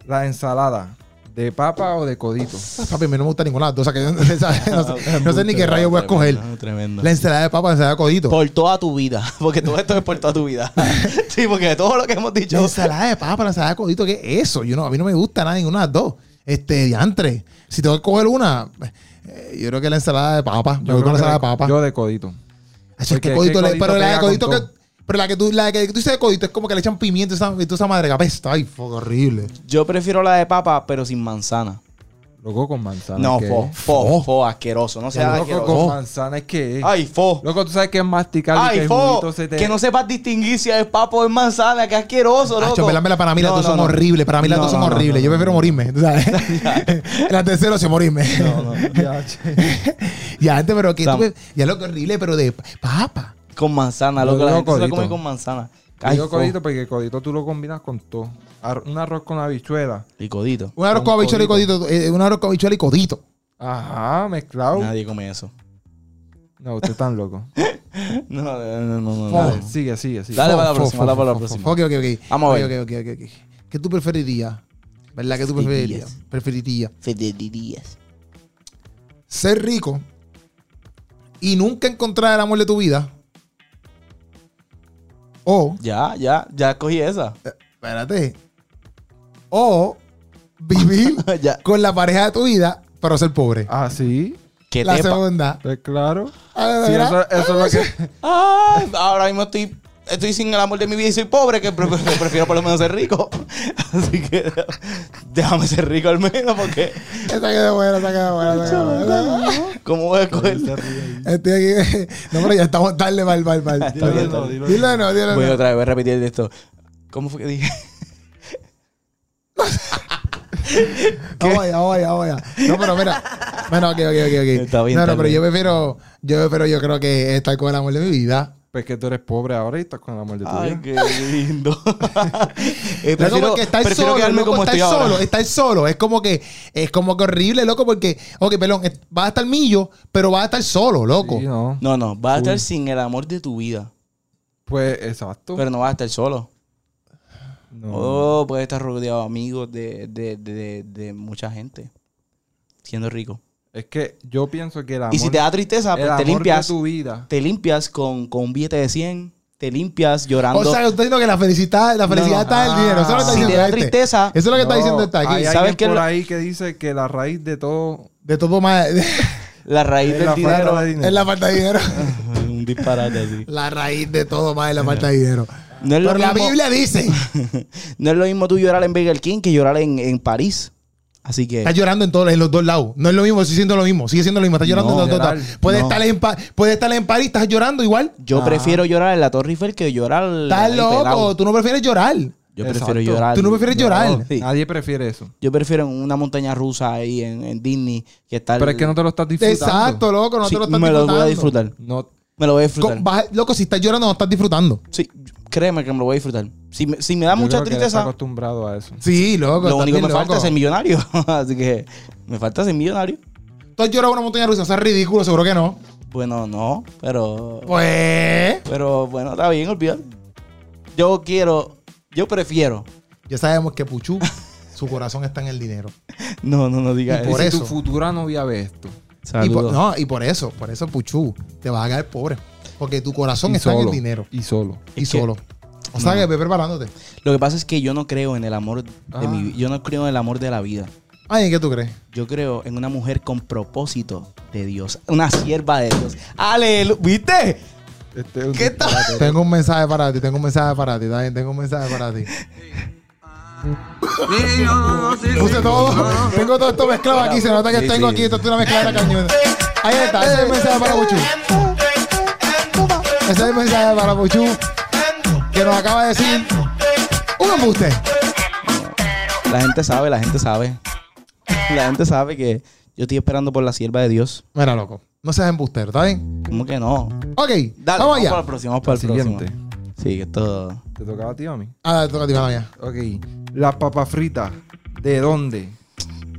Speaker 3: La ensalada, ¿de papa o de codito?
Speaker 1: Papi, a mí no me gusta ninguna de las dos. O sea, que no, sé- no sé, no sé ni qué rayo voy a escoger.
Speaker 2: Ah, Tremendo, Tremendo.
Speaker 1: La ensalada de papa, la ensalada de codito.
Speaker 2: Por toda tu vida. Porque todo esto es por toda tu vida. sí, porque todo lo que hemos
Speaker 1: La
Speaker 2: dicho.
Speaker 1: ensalada de papa, la ensalada de codito, ¿qué es eso? Yo no, a mí no me gusta nada ninguna de las dos. Este, diantre. Si tengo que coger una, eh, yo creo que la ensalada de papa. Yo, voy con la
Speaker 3: creo que
Speaker 1: ensalada de
Speaker 3: de-
Speaker 1: papa.
Speaker 3: Yo de codito.
Speaker 1: Ay, es que
Speaker 3: porque es
Speaker 1: codito
Speaker 3: que
Speaker 1: le-
Speaker 3: codito
Speaker 1: pero la de
Speaker 3: pega con
Speaker 1: codito que.
Speaker 3: todo.
Speaker 1: Pero la que tú, la que tú dices de codito es como que le echan pimiento y esa, y toda esa madre que apesta. Ay, fue horrible.
Speaker 2: Yo prefiero la de papa, pero sin manzana.
Speaker 3: Loco con manzana.
Speaker 2: No,
Speaker 3: ¿qué
Speaker 2: fo,
Speaker 3: es?
Speaker 2: fo, fo, asqueroso. No seas
Speaker 3: Loco con
Speaker 2: asqueroso.
Speaker 3: manzana es que es.
Speaker 2: Ay, fo.
Speaker 3: Loco, tú sabes que es masticar y que
Speaker 2: Ay,
Speaker 3: el
Speaker 2: fo.
Speaker 3: juguito se te...
Speaker 2: Que no sepas distinguir si es papo o es manzana. Que asqueroso,
Speaker 1: Acho,
Speaker 2: loco.
Speaker 1: en verdad, en verdad, para mí las
Speaker 2: No,
Speaker 1: dos
Speaker 2: no,
Speaker 1: son
Speaker 2: no.
Speaker 1: horribles. Para mí las
Speaker 2: No,
Speaker 1: dos son
Speaker 2: no, no,
Speaker 1: horribles.
Speaker 2: no,
Speaker 1: yo
Speaker 2: no,
Speaker 1: prefiero morirme, ¿tú ¿sabes? la tercera opción, morirme.
Speaker 3: Ya, che.
Speaker 1: ya, antes, pero que tú
Speaker 2: Sam.
Speaker 1: ves- ya lo que horrible, pero de papa.
Speaker 2: Con manzana,
Speaker 3: Yo
Speaker 2: loco. La
Speaker 3: digo
Speaker 2: gente se la come
Speaker 3: codito.
Speaker 2: con manzana.
Speaker 3: Yo
Speaker 2: Ay,
Speaker 3: digo
Speaker 2: fo.
Speaker 3: codito porque el codito tú lo combinas con todo. Ar- un arroz con habichuela.
Speaker 2: Y codito.
Speaker 1: Un arroz con
Speaker 3: Con
Speaker 1: habichuela y codito. eh, un arroz con habichuela y codito.
Speaker 3: Ajá, mezclado.
Speaker 2: Nadie come eso.
Speaker 3: No, usted tan loco.
Speaker 2: No, no, no, no. no.
Speaker 3: Dale, sigue, sigue, sigue.
Speaker 2: Dale para
Speaker 1: Fo,
Speaker 2: la próxima,
Speaker 1: fo,
Speaker 2: dale para la
Speaker 3: fo, fo,
Speaker 2: próxima.
Speaker 1: Ok, ok, ok.
Speaker 2: Vamos a ver.
Speaker 1: Ok, ok, ok, ok, ok. ¿Qué tú preferirías? ¿Verdad? ¿Qué tú preferirías? Preferirías
Speaker 2: Federirías.
Speaker 1: ser rico y nunca encontrar el amor de tu vida. O,
Speaker 2: Ya, ya, ya cogí esa.
Speaker 1: eh, espérate. O vivir
Speaker 2: Ya.
Speaker 1: con la pareja de tu vida, pero ser pobre.
Speaker 3: Ah, sí.
Speaker 2: ¿Qué
Speaker 1: la
Speaker 2: te pa-
Speaker 1: segunda.
Speaker 3: Pues claro.
Speaker 1: Ah,
Speaker 3: Sí,
Speaker 1: ¿verdad?
Speaker 3: eso, eso es lo que.
Speaker 2: Ay, ahora mismo estoy, estoy sin el amor de mi vida y soy pobre, que pre- pre- prefiero por lo menos ser rico. Así que déjame ser rico al menos, porque
Speaker 1: Esa queda buena, esa queda buena. esa queda buena.
Speaker 2: ¿cómo voy a coger?
Speaker 1: Estoy aquí. No, pero ya estamos tarde, mal, mal, mal.
Speaker 3: Dilo de
Speaker 1: Dilo
Speaker 3: nuevo,
Speaker 1: no,
Speaker 3: dilo de
Speaker 1: dilo no.
Speaker 2: Voy otra vez, voy a repetir esto. ¿Cómo fue que dije?
Speaker 1: Vamos allá, vamos allá, vamos allá. ah, No, pero mira. Bueno, ok, ok, ok. ok.
Speaker 2: Está bien,
Speaker 1: no, no, pero
Speaker 2: está bien.
Speaker 1: yo prefiero, yo prefiero, yo creo que estar con el amor de mi vida.
Speaker 3: Pues que tú eres pobre ahora y estás con el amor de tu
Speaker 2: Ay,
Speaker 3: vida.
Speaker 2: qué lindo. Eh,
Speaker 1: Pero como que estar
Speaker 2: prefiero
Speaker 1: solo,
Speaker 2: quedarme
Speaker 1: loco,
Speaker 2: como
Speaker 1: estar
Speaker 2: estoy ahora.
Speaker 1: solo, estar solo. Es como que, es como que horrible, loco, porque, ok, perdón, es- vas a estar millo, pero vas a estar solo, loco.
Speaker 3: Sí, no.
Speaker 2: No, no, vas a estar
Speaker 3: Uy.
Speaker 2: sin el amor de tu vida,
Speaker 3: Pues exacto.
Speaker 2: pero no vas a estar solo.
Speaker 3: No.
Speaker 2: Oh, puedes estar rodeado de amigos, de, de, de, de, de mucha gente, siendo rico.
Speaker 3: Es que yo pienso que el amor,
Speaker 2: y si te da tristeza,
Speaker 3: el
Speaker 2: pues te
Speaker 3: amor
Speaker 2: limpias.
Speaker 3: de tu vida.
Speaker 2: te limpias con, con un billete de 100, te limpias llorando.
Speaker 1: O sea, usted diciendo que la felicidad, la
Speaker 2: No,
Speaker 1: felicidad
Speaker 2: no.
Speaker 1: está en el dinero. Eso es lo que está
Speaker 2: Si te
Speaker 1: diciendo
Speaker 2: da
Speaker 1: este.
Speaker 2: tristeza-
Speaker 1: Eso es lo que está
Speaker 3: No,
Speaker 1: diciendo está aquí.
Speaker 3: Hay
Speaker 2: ¿Sabes
Speaker 3: alguien
Speaker 2: qué
Speaker 3: por
Speaker 2: lo-
Speaker 3: ahí que dice que la raíz de todo
Speaker 1: De todo más,
Speaker 2: la raíz
Speaker 3: es
Speaker 2: del
Speaker 3: la
Speaker 2: dinero.
Speaker 3: falta de dinero.
Speaker 1: es la falta de dinero.
Speaker 2: un disparate así.
Speaker 1: La raíz de todo más es la falta de dinero.
Speaker 2: No es, lo
Speaker 1: Pero la
Speaker 2: mismo,
Speaker 1: Biblia dice.
Speaker 2: no es lo mismo tú llorar en Burger King que llorar en, en París. Así que.
Speaker 1: Está llorando en todos en los dos lados. No es lo mismo, sigue siendo lo mismo. Sigue siendo lo mismo. Está llorando
Speaker 2: No,
Speaker 1: en los dos
Speaker 3: literal,
Speaker 1: lados. Puede
Speaker 2: no.
Speaker 1: estar en Pa- puede estar en París, estás llorando igual.
Speaker 2: Yo
Speaker 3: Ah.
Speaker 2: prefiero llorar en la Torre Eiffel que llorar.
Speaker 1: Estás
Speaker 2: ahí pelado.
Speaker 1: loco. Tú no prefieres llorar.
Speaker 2: Yo
Speaker 3: Exacto.
Speaker 2: prefiero llorar.
Speaker 1: Tú no prefieres llorar.
Speaker 3: No,
Speaker 2: Sí.
Speaker 3: Nadie prefiere eso.
Speaker 2: Yo prefiero en una montaña rusa ahí en, en Disney que estar.
Speaker 3: Pero es que no te lo estás disfrutando.
Speaker 1: Exacto, loco. No
Speaker 2: Sí,
Speaker 1: te lo estás
Speaker 2: me lo
Speaker 1: disfrutando.
Speaker 2: voy a disfrutar.
Speaker 3: No,
Speaker 2: Me lo voy a
Speaker 1: Co-
Speaker 2: disfrutar.
Speaker 1: vas a- loco, si estás llorando, no estás disfrutando.
Speaker 2: Sí, créeme que me lo voy a disfrutar. Si me, si me da
Speaker 3: yo
Speaker 2: mucha
Speaker 3: creo que estás
Speaker 2: tristeza,
Speaker 3: acostumbrado a eso.
Speaker 1: Sí, loco.
Speaker 2: lo
Speaker 1: estás
Speaker 2: único que
Speaker 1: bien
Speaker 2: me falta
Speaker 1: loco.
Speaker 2: es ser millonario. Así que me falta ser millonario.
Speaker 1: Tú has llorado en una montaña rusa. Eso es ridículo, seguro que no.
Speaker 2: Bueno, no, pero.
Speaker 1: Pues.
Speaker 2: Pero bueno, está bien, olvídate. Yo quiero. Yo prefiero.
Speaker 1: Ya sabemos que Puchu, su corazón está en el dinero.
Speaker 2: No, no, no digas
Speaker 1: Y por
Speaker 2: eso.
Speaker 3: si
Speaker 1: eso.
Speaker 3: tu futura novia ve esto.
Speaker 1: Y por,
Speaker 2: Saludos.
Speaker 1: no, y por eso, por eso, Puchu, te vas a caer pobre. Porque tu corazón
Speaker 3: y
Speaker 1: está en
Speaker 3: solo,
Speaker 1: el dinero.
Speaker 3: Y solo.
Speaker 1: Y
Speaker 2: Es que-
Speaker 1: solo. O sea que ve preparándote.
Speaker 2: Lo que pasa es que yo no creo en el amor de
Speaker 3: Ah.
Speaker 2: mi vi- Yo no creo en el amor de la vida.
Speaker 1: Ay, ¿en qué tú crees?
Speaker 2: Yo creo en una mujer con propósito de Dios. Una sierva de Dios. Aleluya. ¿Viste?
Speaker 3: Este es un
Speaker 2: ¿Qué tal?
Speaker 3: disparate.
Speaker 1: Tengo un mensaje para ti, tengo un mensaje para ti, está bien, tengo un mensaje para ti.
Speaker 4: Sí, no, no, no, sí,
Speaker 1: Puse
Speaker 4: sí.
Speaker 1: todo, tengo todo esto mezclado aquí, se nota que
Speaker 2: Sí,
Speaker 1: tengo
Speaker 2: sí.
Speaker 1: aquí, esto es una mezcla de cañones. Ahí está, ese es el mensaje para Puchu. Ese es el mensaje para Puchu, que nos acaba de decir un embuste.
Speaker 2: La gente sabe, la gente sabe. La gente sabe que yo estoy esperando por la sierva de Dios.
Speaker 1: Mira, loco, no seas embustero, ¿está bien?
Speaker 2: ¿Cómo que no?
Speaker 1: Ok,
Speaker 2: Dale,
Speaker 1: vamos
Speaker 2: vamos, para
Speaker 1: allá.
Speaker 2: el próximo, vamos para el
Speaker 3: Siguiente.
Speaker 2: próximo. Sí, que esto.
Speaker 3: ¿Te tocaba a ti o a mí?
Speaker 1: Ah, toca a ti, mala mía.
Speaker 3: Ok. Las papas fritas. ¿De dónde?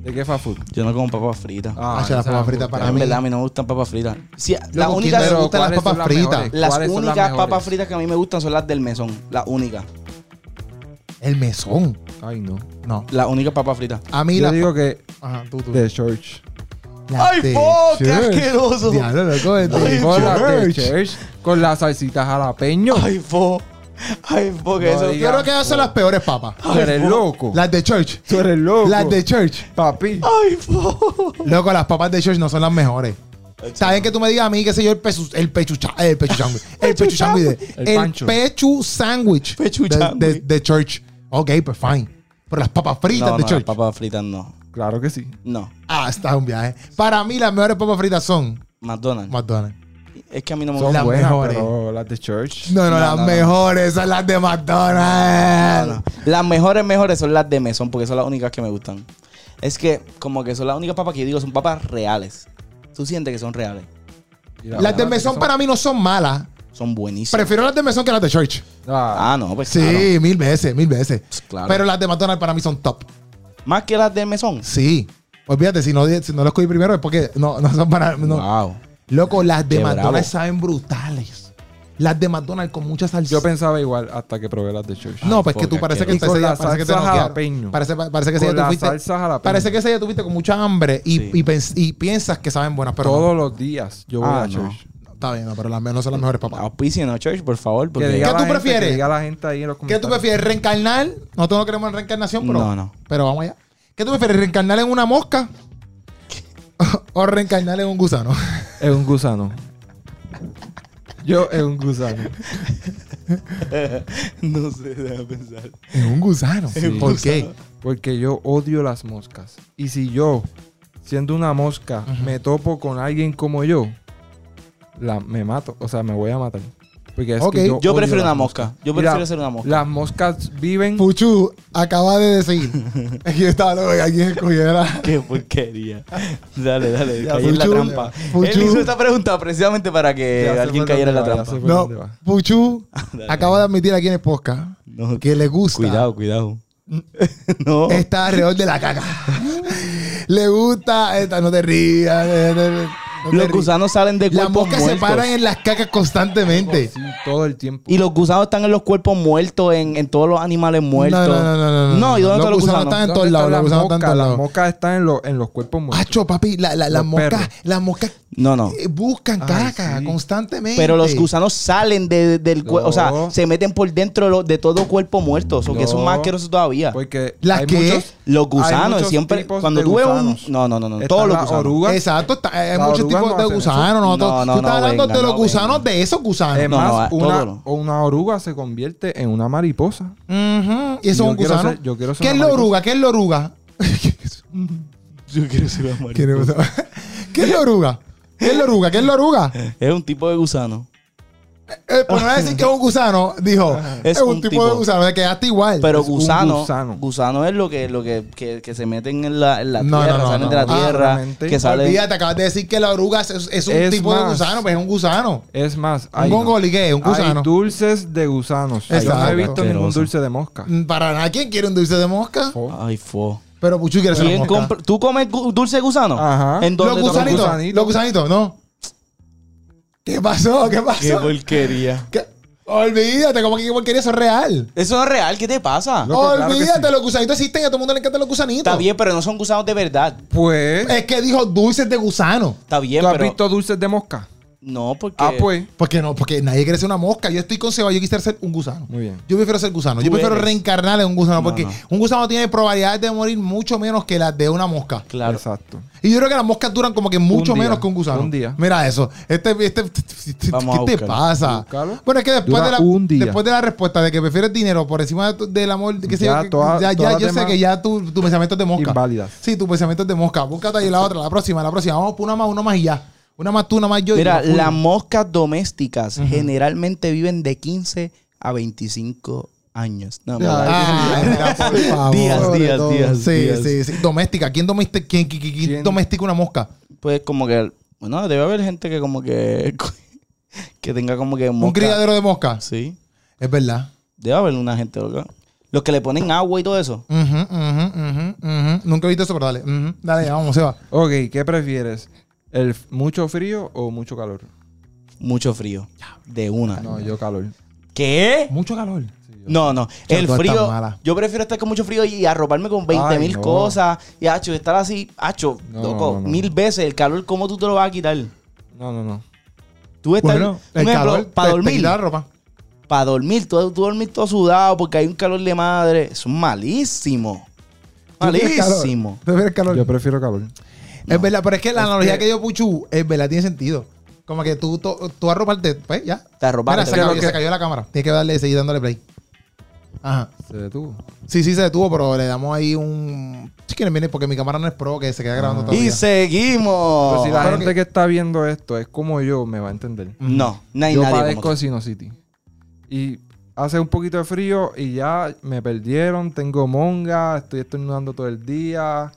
Speaker 3: ¿De qué fast food?
Speaker 2: Yo no como papas fritas.
Speaker 1: Ah, las
Speaker 3: esa
Speaker 1: papas
Speaker 3: me
Speaker 1: fritas
Speaker 3: gusta.
Speaker 1: para
Speaker 2: en
Speaker 1: mí.
Speaker 2: verdad, a mí no me gustan papas fritas. Sí, las
Speaker 1: Loco,
Speaker 2: únicas,
Speaker 1: Kinder,
Speaker 2: las
Speaker 1: gustan las
Speaker 3: ¿cuáles son
Speaker 1: papas fritas?
Speaker 3: mejores? ¿Cuáles son
Speaker 2: únicas
Speaker 3: mejores?
Speaker 2: papas fritas que a mí me gustan son las del mesón. Las únicas.
Speaker 1: El mesón.
Speaker 3: Ay, no.
Speaker 1: No.
Speaker 2: Las únicas papas fritas.
Speaker 1: A mí
Speaker 3: Yo
Speaker 1: la.
Speaker 3: digo que
Speaker 1: Ajá, tú, tú.
Speaker 3: de church.
Speaker 1: La
Speaker 2: ¡Ay,
Speaker 1: de
Speaker 2: po, qué
Speaker 1: church.
Speaker 2: asqueroso!
Speaker 1: Diablo, loco, de
Speaker 2: Ay,
Speaker 3: Con las de
Speaker 1: church.
Speaker 3: church. Con las salsitas jalapeño.
Speaker 2: Ay, fo. Ay, fo, que
Speaker 3: No
Speaker 2: eso.
Speaker 1: Yo creo que esas son las peores papas.
Speaker 3: Tú eres loco.
Speaker 1: Las de church.
Speaker 3: Tú eres loco.
Speaker 1: Las de church.
Speaker 3: Papi.
Speaker 2: Ay, fo.
Speaker 1: Loco, las papas de church no son las mejores. ¿Saben que tú me digas a mí, qué sé yo, el, pesu, el pechucha, el pechuchangui, el pechuchangui de,
Speaker 3: El
Speaker 1: el
Speaker 3: pancho.
Speaker 1: pechu sandwich de,
Speaker 2: Pechuchangui.
Speaker 1: de, de church. Ok, pues fine. Pero las papas fritas
Speaker 2: No, no,
Speaker 1: de
Speaker 2: las
Speaker 1: church.
Speaker 2: papas fritas no.
Speaker 3: Claro que sí.
Speaker 2: No.
Speaker 1: Ah, está un viaje. Para mí las mejores papas fritas son
Speaker 2: McDonald's.
Speaker 1: McDonald's.
Speaker 2: es que a mí no me
Speaker 3: Son
Speaker 2: gusta.
Speaker 1: Las
Speaker 3: buenas,
Speaker 1: mejores.
Speaker 3: pero las de church.
Speaker 1: No, no,
Speaker 2: No,
Speaker 1: las
Speaker 2: no, no.
Speaker 1: mejores son las de McDonald's.
Speaker 2: No, no. Las mejores, mejores son las de mesón, porque son las únicas que me gustan. Es que, como que son las únicas papas que yo digo, son papas reales. Tú sientes que son reales.
Speaker 3: Y
Speaker 1: Las de mesón
Speaker 3: que
Speaker 1: para mí no son malas.
Speaker 2: Son buenísimas.
Speaker 1: Prefiero las de mesón que las de church.
Speaker 3: son- Ah,
Speaker 2: Ah, no, pues
Speaker 1: Sí,
Speaker 2: claro.
Speaker 1: mil veces, mil veces.
Speaker 3: Pues,
Speaker 2: Claro.
Speaker 1: Pero las de McDonald's para mí son top.
Speaker 2: Más que las del mesón.
Speaker 1: Sí. Olvídate, si no, si no las cogí primero es porque no, no son para. no.
Speaker 2: Wow.
Speaker 1: Loco, las de
Speaker 2: Qué
Speaker 1: McDonald's
Speaker 2: bravo.
Speaker 1: saben brutales. Las de McDonald's con mucha salsa.
Speaker 3: Yo pensaba igual hasta que probé las de Church.
Speaker 1: No, pues que tú parece que,
Speaker 3: Y con
Speaker 1: ese día-
Speaker 3: la
Speaker 1: parece que te
Speaker 3: salsa
Speaker 1: noquearon.
Speaker 3: jalapeño.
Speaker 1: Parece, pa- parece que ese
Speaker 3: Con
Speaker 1: día tú
Speaker 3: la
Speaker 1: fuiste-
Speaker 3: salsa jalapeño.
Speaker 1: Parece que ese día tuviste con mucha hambre y,
Speaker 2: Sí.
Speaker 1: y pens- y piensas que saben buenas, pero
Speaker 3: Todos los días yo voy
Speaker 2: Ah,
Speaker 3: a
Speaker 2: no.
Speaker 3: Church.
Speaker 1: no. está bien, no, pero las mías no son las mejores, papá.
Speaker 2: Auspicien a Church, por favor.
Speaker 3: Que
Speaker 2: Porque
Speaker 3: diga
Speaker 1: ¿Qué
Speaker 3: la
Speaker 1: tú
Speaker 3: gente-
Speaker 1: prefieres?
Speaker 3: que diga la gente ahí en los
Speaker 1: ¿Qué tú
Speaker 3: comentarios.
Speaker 1: prefieres? ¿Reencarnar? Nosotros no queremos reencarnación, pero,
Speaker 2: No, no.
Speaker 1: pero vamos allá. ¿Qué tú prefieres? ¿Reencarnar en una mosca? ¿O reencarnar en un gusano?
Speaker 3: Es un gusano. Yo es un gusano.
Speaker 2: no sé, déjame pensar.
Speaker 1: En un gusano.
Speaker 2: En un
Speaker 1: ¿Por
Speaker 2: gusano.
Speaker 1: qué?
Speaker 3: Porque yo odio las moscas. Y si yo, siendo una mosca, me topo con alguien como yo, la, me mato. O sea, me voy a matar. Porque es
Speaker 1: Ok.
Speaker 3: que
Speaker 2: Yo
Speaker 3: odio
Speaker 2: prefiero
Speaker 3: las
Speaker 2: una mosca. Yo
Speaker 3: Mira,
Speaker 2: prefiero ser una mosca.
Speaker 3: Las moscas viven.
Speaker 1: Puchu acaba de decir que estaba loco que alguien escogiera.
Speaker 2: Qué porquería. Dale, dale,
Speaker 1: Ya,
Speaker 2: caí en la
Speaker 1: Puchu,
Speaker 2: trampa.
Speaker 1: Puchu.
Speaker 2: Él hizo esta pregunta precisamente para que
Speaker 3: Ya se
Speaker 2: alguien
Speaker 3: fue
Speaker 2: cayera en la
Speaker 3: donde va, ya
Speaker 2: trampa.
Speaker 3: se fue.
Speaker 1: No,
Speaker 3: ¿Dónde va?
Speaker 1: Puchu
Speaker 2: Dale.
Speaker 1: acaba de admitir aquí en el podcast
Speaker 2: No,
Speaker 1: que le gusta
Speaker 2: Cuidado, cuidado. no.
Speaker 1: estar alrededor de la caca. le gusta esta, no te rías. eh, no- no- no te
Speaker 2: Los
Speaker 1: rías.
Speaker 2: gusanos salen de
Speaker 1: Las
Speaker 2: cuerpos
Speaker 1: moscas se
Speaker 2: muertos.
Speaker 1: paran en las cacas constantemente.
Speaker 3: Sí, todo el tiempo.
Speaker 2: Y los gusanos están en los cuerpos muertos, en, en todos los animales muertos.
Speaker 1: No, no, no, no, no,
Speaker 2: No, ¿y dónde están los gusanos?
Speaker 1: están en
Speaker 3: ¿Dónde
Speaker 1: todos
Speaker 3: están
Speaker 1: lados. Los
Speaker 3: las
Speaker 1: gusanos están en
Speaker 3: moscas?
Speaker 1: todos
Speaker 3: Las
Speaker 1: lados. Ah,
Speaker 3: moscas están en, lo- en los cuerpos muertos.
Speaker 1: Acho, papi, la- la- las
Speaker 3: Los
Speaker 1: moscas,
Speaker 3: perros.
Speaker 1: las moscas
Speaker 2: No, no.
Speaker 1: eh, buscan
Speaker 3: Ay,
Speaker 1: caca
Speaker 3: sí.
Speaker 1: constantemente.
Speaker 2: Pero los gusanos salen de- del cuerpo, o sea,
Speaker 3: No.
Speaker 2: se meten por dentro de, lo- de todo cuerpo muerto, o sea, que eso es
Speaker 3: No.
Speaker 2: más asqueroso todavía.
Speaker 3: Porque
Speaker 1: ¿Las
Speaker 3: hay
Speaker 1: qué?
Speaker 3: muchos-
Speaker 2: Los
Speaker 3: hay
Speaker 2: gusanos
Speaker 3: muchos
Speaker 2: siempre
Speaker 3: tipos
Speaker 2: cuando
Speaker 3: de
Speaker 2: tú ves un
Speaker 3: gusanos.
Speaker 2: no, no, no, no,
Speaker 3: Están
Speaker 2: todos los
Speaker 3: las
Speaker 2: gusanos.
Speaker 3: orugas.
Speaker 1: Exacto, está- hay
Speaker 3: Las
Speaker 1: muchos
Speaker 3: orugas
Speaker 1: tipos
Speaker 3: no
Speaker 1: de
Speaker 3: hacen eso.
Speaker 1: gusanos. nosotros-
Speaker 2: No, no,
Speaker 1: tú estás
Speaker 2: no,
Speaker 1: hablando
Speaker 2: venga,
Speaker 1: de los
Speaker 2: no,
Speaker 1: gusanos de esos gusanos.
Speaker 3: Es
Speaker 2: No, no,
Speaker 3: más,
Speaker 2: todo
Speaker 3: una,
Speaker 2: no.
Speaker 3: una oruga se convierte en una mariposa.
Speaker 1: Ujú, Y eso es
Speaker 3: Em, Yo
Speaker 1: un
Speaker 3: quiero
Speaker 1: gusano.
Speaker 3: ser- yo quiero ser
Speaker 1: ¿Qué
Speaker 3: una
Speaker 1: es la
Speaker 3: mariposa.
Speaker 1: oruga? ¿Qué es la oruga?
Speaker 2: Yo quiero ser una
Speaker 1: ¿Qué
Speaker 2: mariposa.
Speaker 1: es la oruga? ¿Qué es la oruga? ¿Qué es la oruga?
Speaker 2: Es un tipo de gusano.
Speaker 1: Eh, por no decir que es un gusano, dijo. Es, un, tipo, de gusano, te quedaste igual.
Speaker 2: Pero
Speaker 3: Es un
Speaker 2: gusano, gusano,
Speaker 3: gusano.
Speaker 2: es lo que lo que, que, que se meten en la, en la
Speaker 1: No, no,
Speaker 2: tierra,
Speaker 1: no,
Speaker 2: salen
Speaker 1: no,
Speaker 2: de la
Speaker 1: no.
Speaker 2: tierra,
Speaker 3: Ah, realmente.
Speaker 2: que salen
Speaker 1: Olvídate, acabas de decir que la oruga es, es un
Speaker 3: Es
Speaker 1: tipo de
Speaker 3: más.
Speaker 1: gusano, pues es un gusano.
Speaker 3: Es más,
Speaker 1: Un gongoli, ¿qué? Un gusano.
Speaker 3: hay dulces de gusanos. Yo no
Speaker 1: Exacto.
Speaker 3: he visto ningún
Speaker 2: Asqueroso.
Speaker 3: dulce de mosca.
Speaker 1: Mm, Para nada, ¿quién quiere un dulce de mosca?
Speaker 2: Ay, fo.
Speaker 1: Pero Puchu quiere ser una
Speaker 2: ¿Quién
Speaker 1: mosca.
Speaker 2: compra- ¿Tú comes gu- dulce de gusano?
Speaker 3: Ajá.
Speaker 2: ¿En dónde
Speaker 1: Los
Speaker 2: tú-
Speaker 1: gusanitos,
Speaker 3: gusanitos.
Speaker 1: los gusanitos, no. ¿Qué pasó? ¿Qué
Speaker 2: Qué
Speaker 1: pasó?
Speaker 2: porquería.
Speaker 1: ¿Qué? Olvídate, como que qué porquería, eso es real.
Speaker 2: Eso no es real, ¿qué te pasa?
Speaker 3: Loco, claro que
Speaker 1: Olvídate,
Speaker 3: sí.
Speaker 1: los gusanitos existen y a todo el mundo le encantan los gusanitos.
Speaker 2: Está bien, pero no son gusanos de verdad.
Speaker 3: Pues,
Speaker 1: Es que dijo dulces de gusano.
Speaker 2: Está bien,
Speaker 3: ¿tú has
Speaker 2: pero
Speaker 3: visto dulces de mosca?
Speaker 2: no porque
Speaker 3: Ah, pues.
Speaker 1: Porque no, porque nadie quiere ser una mosca. Yo estoy con Seba, yo quisiera ser un gusano.
Speaker 3: Muy bien.
Speaker 1: Yo prefiero ser gusano. Yo
Speaker 2: Tú
Speaker 1: prefiero
Speaker 2: eres.
Speaker 1: reencarnar en un gusano.
Speaker 2: No,
Speaker 1: porque
Speaker 2: no.
Speaker 1: un gusano tiene probabilidades de morir mucho menos que las de una mosca.
Speaker 2: claro.
Speaker 3: Exacto.
Speaker 1: Y yo creo que las moscas duran como que mucho
Speaker 3: día,
Speaker 1: menos que un gusano.
Speaker 3: un día.
Speaker 1: Mira eso. Este, este,
Speaker 2: Vamos a
Speaker 1: ¿Qué te
Speaker 2: buscarlo.
Speaker 1: pasa?
Speaker 3: Búscalo.
Speaker 1: Bueno, es que después
Speaker 3: Dura
Speaker 1: de, la,
Speaker 3: un día.
Speaker 1: después de la respuesta de que prefieres dinero por encima de tu- del amor, qué sé
Speaker 3: Ya,
Speaker 1: yo, que-
Speaker 3: todas-
Speaker 1: ya, ya,
Speaker 3: todas las
Speaker 1: yo sé
Speaker 3: demás
Speaker 1: que ya tu, tu pensamiento es de mosca.
Speaker 3: inválidas.
Speaker 1: Sí, tu pensamiento es de mosca. Búscate ahí la otra, la próxima, la próxima. Vamos por una más, una más y ya. Una más tú, una más yo. y
Speaker 2: Mira,
Speaker 1: nos fuimos.
Speaker 2: las moscas domésticas generalmente viven de 15 a 25 años. No, me da-
Speaker 1: Ah, mira, por favor.
Speaker 2: Días, días,
Speaker 1: Todo.
Speaker 2: días,
Speaker 1: Sí,
Speaker 2: días.
Speaker 1: sí, sí. Doméstica. ¿Quién, doméstica quién, quién- quién
Speaker 3: ¿Quién?
Speaker 1: domestica una mosca?
Speaker 2: pues como que bueno, debe haber gente que como que que tenga como que
Speaker 1: Un
Speaker 2: mosca.
Speaker 1: criadero de moscas.
Speaker 2: Sí.
Speaker 1: Es verdad.
Speaker 2: Debe haber una gente loca. Los que le ponen agua y todo eso.
Speaker 1: Ujú, ujú, ujú, ujú. Nunca he visto eso, pero dale. Ujú. Dale, ya, vamos, Seba.
Speaker 3: Ok, ¿qué prefieres? ¿El f- mucho frío o mucho calor?
Speaker 2: Mucho frío. De una.
Speaker 3: No, yo calor.
Speaker 2: ¿Qué?
Speaker 1: Mucho calor.
Speaker 2: No, no.
Speaker 1: Ya,
Speaker 2: El
Speaker 1: tú estás
Speaker 2: frío.
Speaker 1: mala.
Speaker 2: Yo prefiero estar con mucho frío y arroparme con 20 mil
Speaker 3: Ay, no.
Speaker 2: cosas. Y hacho, estar así, hacho,
Speaker 3: No,
Speaker 2: loco,
Speaker 3: no, no.
Speaker 2: mil veces. El calor, ¿cómo tú te lo vas a quitar?
Speaker 3: No, no, no.
Speaker 2: Tú estás,
Speaker 1: Bueno,
Speaker 2: un
Speaker 1: el
Speaker 2: ejemplo,
Speaker 1: calor.
Speaker 2: para
Speaker 1: te- te
Speaker 2: dormir,
Speaker 1: quita la ropa.
Speaker 2: para dormir, tú, tú dormir todo sudado porque hay un calor de madre. Eso es malísimo.
Speaker 1: Tú tienes calor.
Speaker 2: Malísimo.
Speaker 1: Tú tienes calor.
Speaker 3: Yo prefiero calor.
Speaker 1: Es verdad, pero es que la analogía
Speaker 3: que-
Speaker 1: que dio Puchu, es verdad, tiene sentido. Como que tú, tú, tú arroparte, pues ya.
Speaker 2: Te arropaste.
Speaker 1: Mira, se
Speaker 2: Pero
Speaker 1: cayó,
Speaker 3: que-
Speaker 1: se cayó la cámara. Tienes que darle, seguir dándole play. Ajá.
Speaker 3: Se detuvo.
Speaker 1: Sí, sí, se detuvo, pero le damos ahí un. Si quieren, viene porque mi cámara no es pro, que se queda grabando todo.
Speaker 2: Ah. Y seguimos.
Speaker 3: Pero si la
Speaker 1: Pero
Speaker 3: gente que... está viendo esto es como yo, me va a entender.
Speaker 2: No, no hay
Speaker 3: yo
Speaker 2: nadie
Speaker 3: padezco
Speaker 2: como
Speaker 3: de
Speaker 2: tú.
Speaker 3: sinusitis. Y hace un poquito de frío y ya me perdieron. Tengo Ah, monga, estoy estornudando todo el día.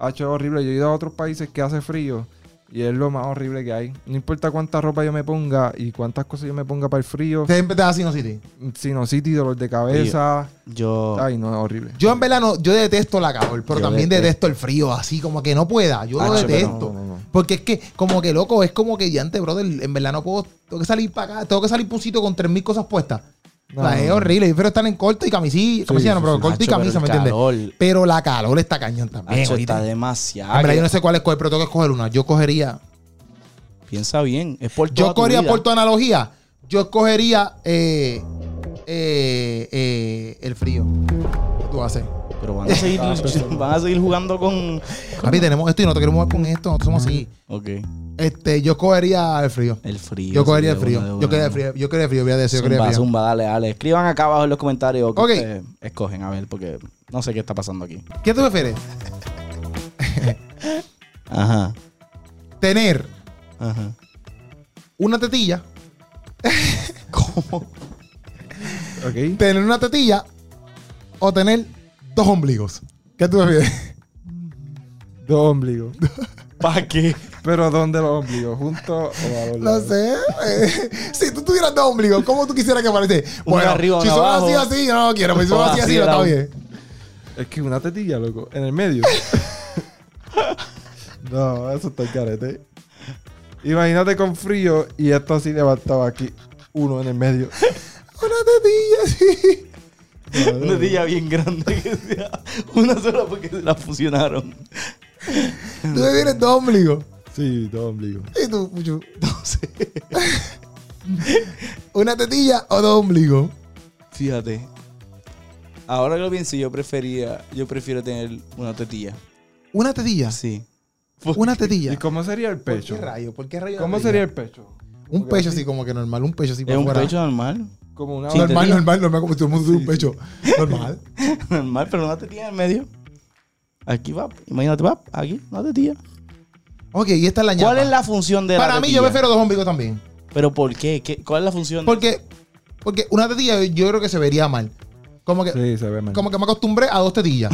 Speaker 3: Ha hecho horrible. Yo he ido a otros países que hace frío Y es lo más horrible que hay. No importa cuánta ropa yo me ponga y cuántas cosas yo me ponga para el frío.
Speaker 1: Siempre te da sinusitis.
Speaker 3: Sinusitis, dolor de cabeza.
Speaker 2: Yo.
Speaker 3: Ay, no, es horrible.
Speaker 1: Yo en verano, yo detesto la calor, pero
Speaker 2: Yo
Speaker 1: también
Speaker 2: detesto.
Speaker 1: detesto el frío, así como que no pueda. Yo lo
Speaker 2: Hacho, pero
Speaker 1: detesto.
Speaker 3: no, no, no.
Speaker 1: Porque es que, como que loco, es como que ya antes, brother, en verdad no puedo, tengo que salir para acá, tengo que salir pusito con tres mil cosas puestas.
Speaker 3: No,
Speaker 1: O sea,
Speaker 3: no,
Speaker 1: es
Speaker 3: no.
Speaker 1: horrible. Yo prefiero estar en corto y camisilla,
Speaker 3: Sí,
Speaker 1: camisilla no,
Speaker 3: sí,
Speaker 1: pero
Speaker 3: sí.
Speaker 1: corto y
Speaker 2: Hacho,
Speaker 1: camisa, ¿me
Speaker 2: pero el
Speaker 1: entiendes?
Speaker 2: calor.
Speaker 1: Pero la calor está cañón también.
Speaker 2: Hacho,
Speaker 1: ahorita.
Speaker 2: está demasiado.
Speaker 1: En verdad, yo no sé cuál es cuál, pero tengo que escoger una. Yo escogería,
Speaker 2: Piensa bien. Es por toda
Speaker 1: yo
Speaker 2: tu
Speaker 1: escogería
Speaker 2: vida.
Speaker 1: por tu analogía, yo escogería eh, eh, eh, el frío. ¿Qué tú haces?
Speaker 2: Pero van a seguir,
Speaker 1: Ah,
Speaker 2: van a seguir jugando con.
Speaker 1: Papi, tenemos esto y no te queremos ver con esto, nosotros somos así.
Speaker 2: Ok.
Speaker 1: Este, yo cogería el frío.
Speaker 2: El frío.
Speaker 1: Yo cogería
Speaker 2: sí,
Speaker 1: el
Speaker 2: de
Speaker 1: frío.
Speaker 2: una, de
Speaker 1: Yo
Speaker 2: una.
Speaker 1: quería el frío. Yo quería el frío. Voy a decir, yo quería
Speaker 2: Zumba,
Speaker 1: el frío.
Speaker 2: zumba, dale, dale. Escriban acá abajo en los comentarios que
Speaker 1: Ok.
Speaker 2: ustedes escogen, a ver, porque no sé qué está pasando aquí.
Speaker 1: ¿Qué tú prefieres?
Speaker 2: Ajá,
Speaker 1: Tener
Speaker 2: ajá.
Speaker 1: una tetilla.
Speaker 2: ¿Cómo?
Speaker 3: ¿Ok?
Speaker 1: Tener una tetilla o tener dos ombligos. ¿Qué tú prefieres?
Speaker 3: Dos ombligos.
Speaker 2: ¿Para qué?
Speaker 3: Pero ¿dónde los ombligos? ¿Juntos o a los
Speaker 1: No
Speaker 3: lados?
Speaker 1: sé. eh, si tú tuvieras dos ombligos, ¿cómo tú quisieras que pareciera?
Speaker 2: Uno
Speaker 1: Bueno,
Speaker 2: arriba,
Speaker 1: si
Speaker 2: uno
Speaker 1: son
Speaker 2: abajo.
Speaker 1: así, así, yo no lo quiero. Pero si son
Speaker 2: Uno
Speaker 1: así, así,
Speaker 2: así,
Speaker 1: no está
Speaker 2: era un-
Speaker 1: bien.
Speaker 3: Es que una tetilla, loco. En el medio. no, eso está el carete. Imagínate con frío y esto así levantaba aquí. Uno en el medio.
Speaker 1: Una tetilla, sí.
Speaker 2: Una tetilla bien grande que sea una sola porque se la fusionaron.
Speaker 1: Tú prefieres dos ombligos.
Speaker 3: Sí, dos ombligos.
Speaker 1: Y tú, Puchu,
Speaker 2: Entonces,
Speaker 1: una tetilla o dos ombligos.
Speaker 2: fíjate. Ahora que lo pienso, yo prefería, yo prefiero tener una tetilla.
Speaker 1: Una tetilla.
Speaker 2: Así.
Speaker 1: Una tetilla.
Speaker 3: ¿Y cómo sería el
Speaker 1: ¿Por
Speaker 3: pecho?
Speaker 1: qué rayo? ¿Por qué rayo? una
Speaker 3: ¿Cómo
Speaker 1: tetilla?
Speaker 3: sería el pecho?
Speaker 1: Un
Speaker 3: Porque
Speaker 1: pecho así como que normal, un pecho así
Speaker 2: Es
Speaker 1: para
Speaker 2: un
Speaker 1: afuera.
Speaker 2: pecho normal.
Speaker 3: Como una
Speaker 2: Sí,
Speaker 3: barba.
Speaker 1: normal,
Speaker 2: tetilla.
Speaker 1: normal, normal, como si todo el mundo tuviera un pecho. Normal.
Speaker 2: Normal, pero una tetilla en el medio. Aquí va, imagínate, va, aquí, una tetilla.
Speaker 1: Ok, y esta es la ñapa.
Speaker 2: ¿Cuál es la función de la
Speaker 1: Para mí yo
Speaker 2: tetilla?
Speaker 1: prefiero dos ombligos también.
Speaker 2: ¿Pero por qué? ¿Qué- ¿Cuál es la función?
Speaker 1: Porque, porque una tetilla yo creo que se vería mal. Como que,
Speaker 3: Sí, se ve mal.
Speaker 1: como que me acostumbré a dos tetillas.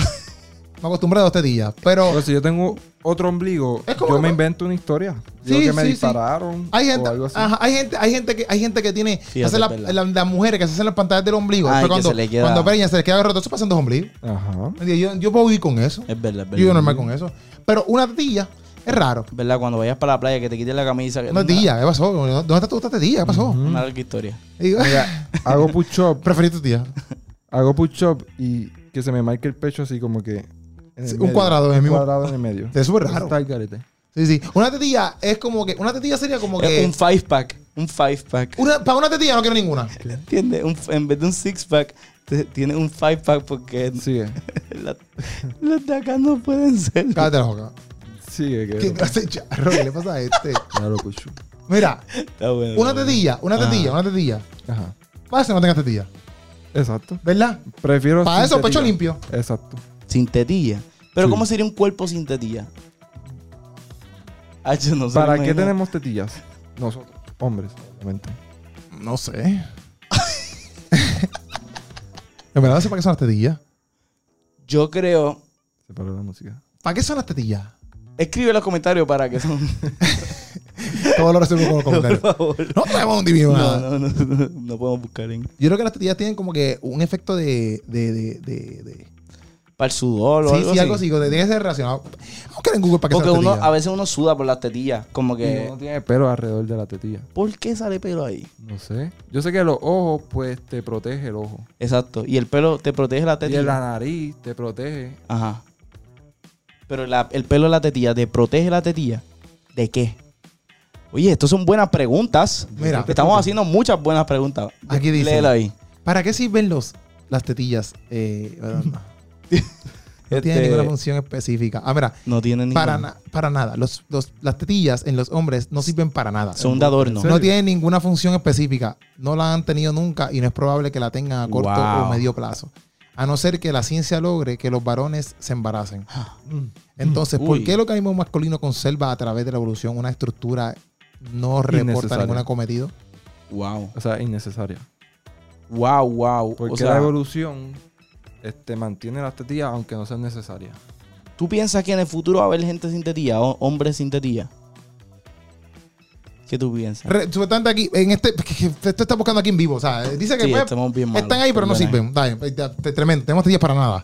Speaker 1: me acostumbré a dos tetillas. Pero
Speaker 3: Pero si yo tengo otro ombligo,
Speaker 1: Es como-
Speaker 3: yo me invento una historia. Yo
Speaker 1: Sí,
Speaker 3: que me
Speaker 1: sí, sí.
Speaker 3: dispararon
Speaker 1: hay gente,
Speaker 3: o algo así.
Speaker 1: ajá, hay gente, hay gente que, hay gente que tiene,
Speaker 2: Fíjate,
Speaker 1: hace la-
Speaker 2: es verdad.
Speaker 1: la- las mujeres que se hacen las pantallas del ombligo.
Speaker 2: Ay,
Speaker 1: Después
Speaker 2: que
Speaker 1: cuando,
Speaker 2: se le queda-
Speaker 1: cuando preñan, se les queda roto, eso pasa en dos ombligos.
Speaker 3: Ajá.
Speaker 1: Yo, yo puedo vivir con eso.
Speaker 2: Es verdad, es
Speaker 1: Yo
Speaker 2: verdad.
Speaker 1: vivo normal con eso. Pero una tetilla es raro.
Speaker 2: Es verdad, cuando vayas para la playa que te quites la camisa. que-
Speaker 1: Una tetilla, ¿qué pasó? ¿Dónde está tu otra tetilla? ¿Qué pasó?
Speaker 2: Una, una larga historia.
Speaker 1: Digo,
Speaker 3: Hago push-up,
Speaker 1: preferí tu tía.
Speaker 3: hago push-up y que se me marque el pecho así como que. en el
Speaker 1: Sí, un
Speaker 3: medio,
Speaker 1: cuadrado en el
Speaker 3: Un
Speaker 1: mismo-
Speaker 3: cuadrado en el medio.
Speaker 1: Es súper
Speaker 3: Eso
Speaker 1: raro.
Speaker 3: Está el carete.
Speaker 1: Sí, sí. Una tetilla es como que. Una tetilla sería como
Speaker 2: Es
Speaker 1: que.
Speaker 2: un five pack. Un five pack.
Speaker 1: Una, para una tetilla no quiero ninguna.
Speaker 2: ¿Entiendes? Un- en vez de un six pack, te- tiene un five pack porque
Speaker 3: Sigue.
Speaker 2: la- los de acá no pueden ser.
Speaker 1: Cállate la boca.
Speaker 3: Sigue, que.
Speaker 1: ¿Qué clase de charro? ¿Qué le pasa a este?
Speaker 3: Claro, pucho.
Speaker 1: Mira,
Speaker 2: Está bueno.
Speaker 1: una tetilla, una tetilla, una tetilla.
Speaker 3: Ajá.
Speaker 1: Para eso no tengas tetilla.
Speaker 3: Exacto.
Speaker 1: ¿Verdad?
Speaker 3: Prefiero.
Speaker 1: Para eso,
Speaker 3: sin
Speaker 1: pecho
Speaker 3: tetilla.
Speaker 1: limpio.
Speaker 3: Exacto.
Speaker 2: Sin tetilla. Pero
Speaker 3: Sí.
Speaker 2: ¿cómo sería un cuerpo sin tetilla? Ah, yo no sé.
Speaker 3: ¿Para
Speaker 2: me
Speaker 3: qué
Speaker 2: imagino.
Speaker 3: tenemos tetillas? Nosotros, hombres, obviamente.
Speaker 1: No sé. en verdad no sé para qué son las tetillas.
Speaker 2: Yo creo...
Speaker 3: Separó la música.
Speaker 1: ¿Para qué son las tetillas?
Speaker 2: Escribe en los comentarios para que son...
Speaker 1: Todo lo resuelvo con los
Speaker 2: Por
Speaker 1: comentarios.
Speaker 2: favor.
Speaker 1: No tenemos un divino nada.
Speaker 2: No, no, no, no, no podemos buscar en...
Speaker 1: Yo creo que las tetillas tienen como que un efecto de. de, de, de, de-
Speaker 2: Para el sudor o
Speaker 1: sí,
Speaker 2: algo
Speaker 1: sí,
Speaker 2: así.
Speaker 1: algo así. que Tiene que ser relacionado. Vamos a en Google para que
Speaker 2: Porque
Speaker 1: sean las
Speaker 2: uno,
Speaker 1: tetillas.
Speaker 2: a veces uno suda por las tetillas. Como
Speaker 3: Y
Speaker 2: que...
Speaker 3: uno tiene pelo alrededor de la tetilla.
Speaker 2: ¿Por qué sale pelo ahí?
Speaker 3: No sé. Yo sé que los ojos, pues, te protege el ojo.
Speaker 2: Exacto. Y el pelo te protege la
Speaker 3: Y en la
Speaker 2: tetilla.
Speaker 3: nariz te protege.
Speaker 2: Ajá. Pero la- el pelo de la tetilla, ¿te protege la tetilla? ¿De qué? Oye, estas son buenas preguntas.
Speaker 1: Mira.
Speaker 2: Estamos haciendo muchas buenas preguntas.
Speaker 1: Aquí dice-
Speaker 2: Léelo ahí.
Speaker 1: ¿Para qué sirven los, las tetillas? Eh, bueno, no. No tiene
Speaker 2: Este,
Speaker 1: ninguna función específica. Ah, mira,
Speaker 2: no tiene ninguna.
Speaker 1: para, na- para nada. Los, los- las tetillas en los hombres no sirven para nada.
Speaker 2: Son de adorno.
Speaker 3: ¿En serio?
Speaker 1: No tienen ninguna función específica. No la han tenido nunca y no es probable que la tengan a corto
Speaker 2: Wow.
Speaker 1: o medio plazo. A no ser que la ciencia logre que los varones se embaracen. Mm. Entonces, ¿por
Speaker 2: Uy.
Speaker 1: qué el organismo masculino conserva a través de la evolución una estructura no reporta
Speaker 3: Innecesaria.
Speaker 1: ningún acometido?
Speaker 2: Wow.
Speaker 3: O sea, innecesaria.
Speaker 2: Wow, wow.
Speaker 3: Porque
Speaker 2: o sea,
Speaker 3: la evolución este, mantiene las tetillas aunque no sean necesarias.
Speaker 2: ¿tú piensas que en el futuro va a haber gente sin tetilla? o- hombres sin tetilla. ¿Qué tú piensas?
Speaker 1: Re- supuestamente aquí, en este, esto está buscando aquí en vivo, o sea, dice que
Speaker 2: Sí,
Speaker 1: pues,
Speaker 2: estamos bien malos,
Speaker 1: están ahí pero no
Speaker 2: perdona.
Speaker 1: sirven. Dale, pues, ya, te- tremendo, tenemos tres días para nada.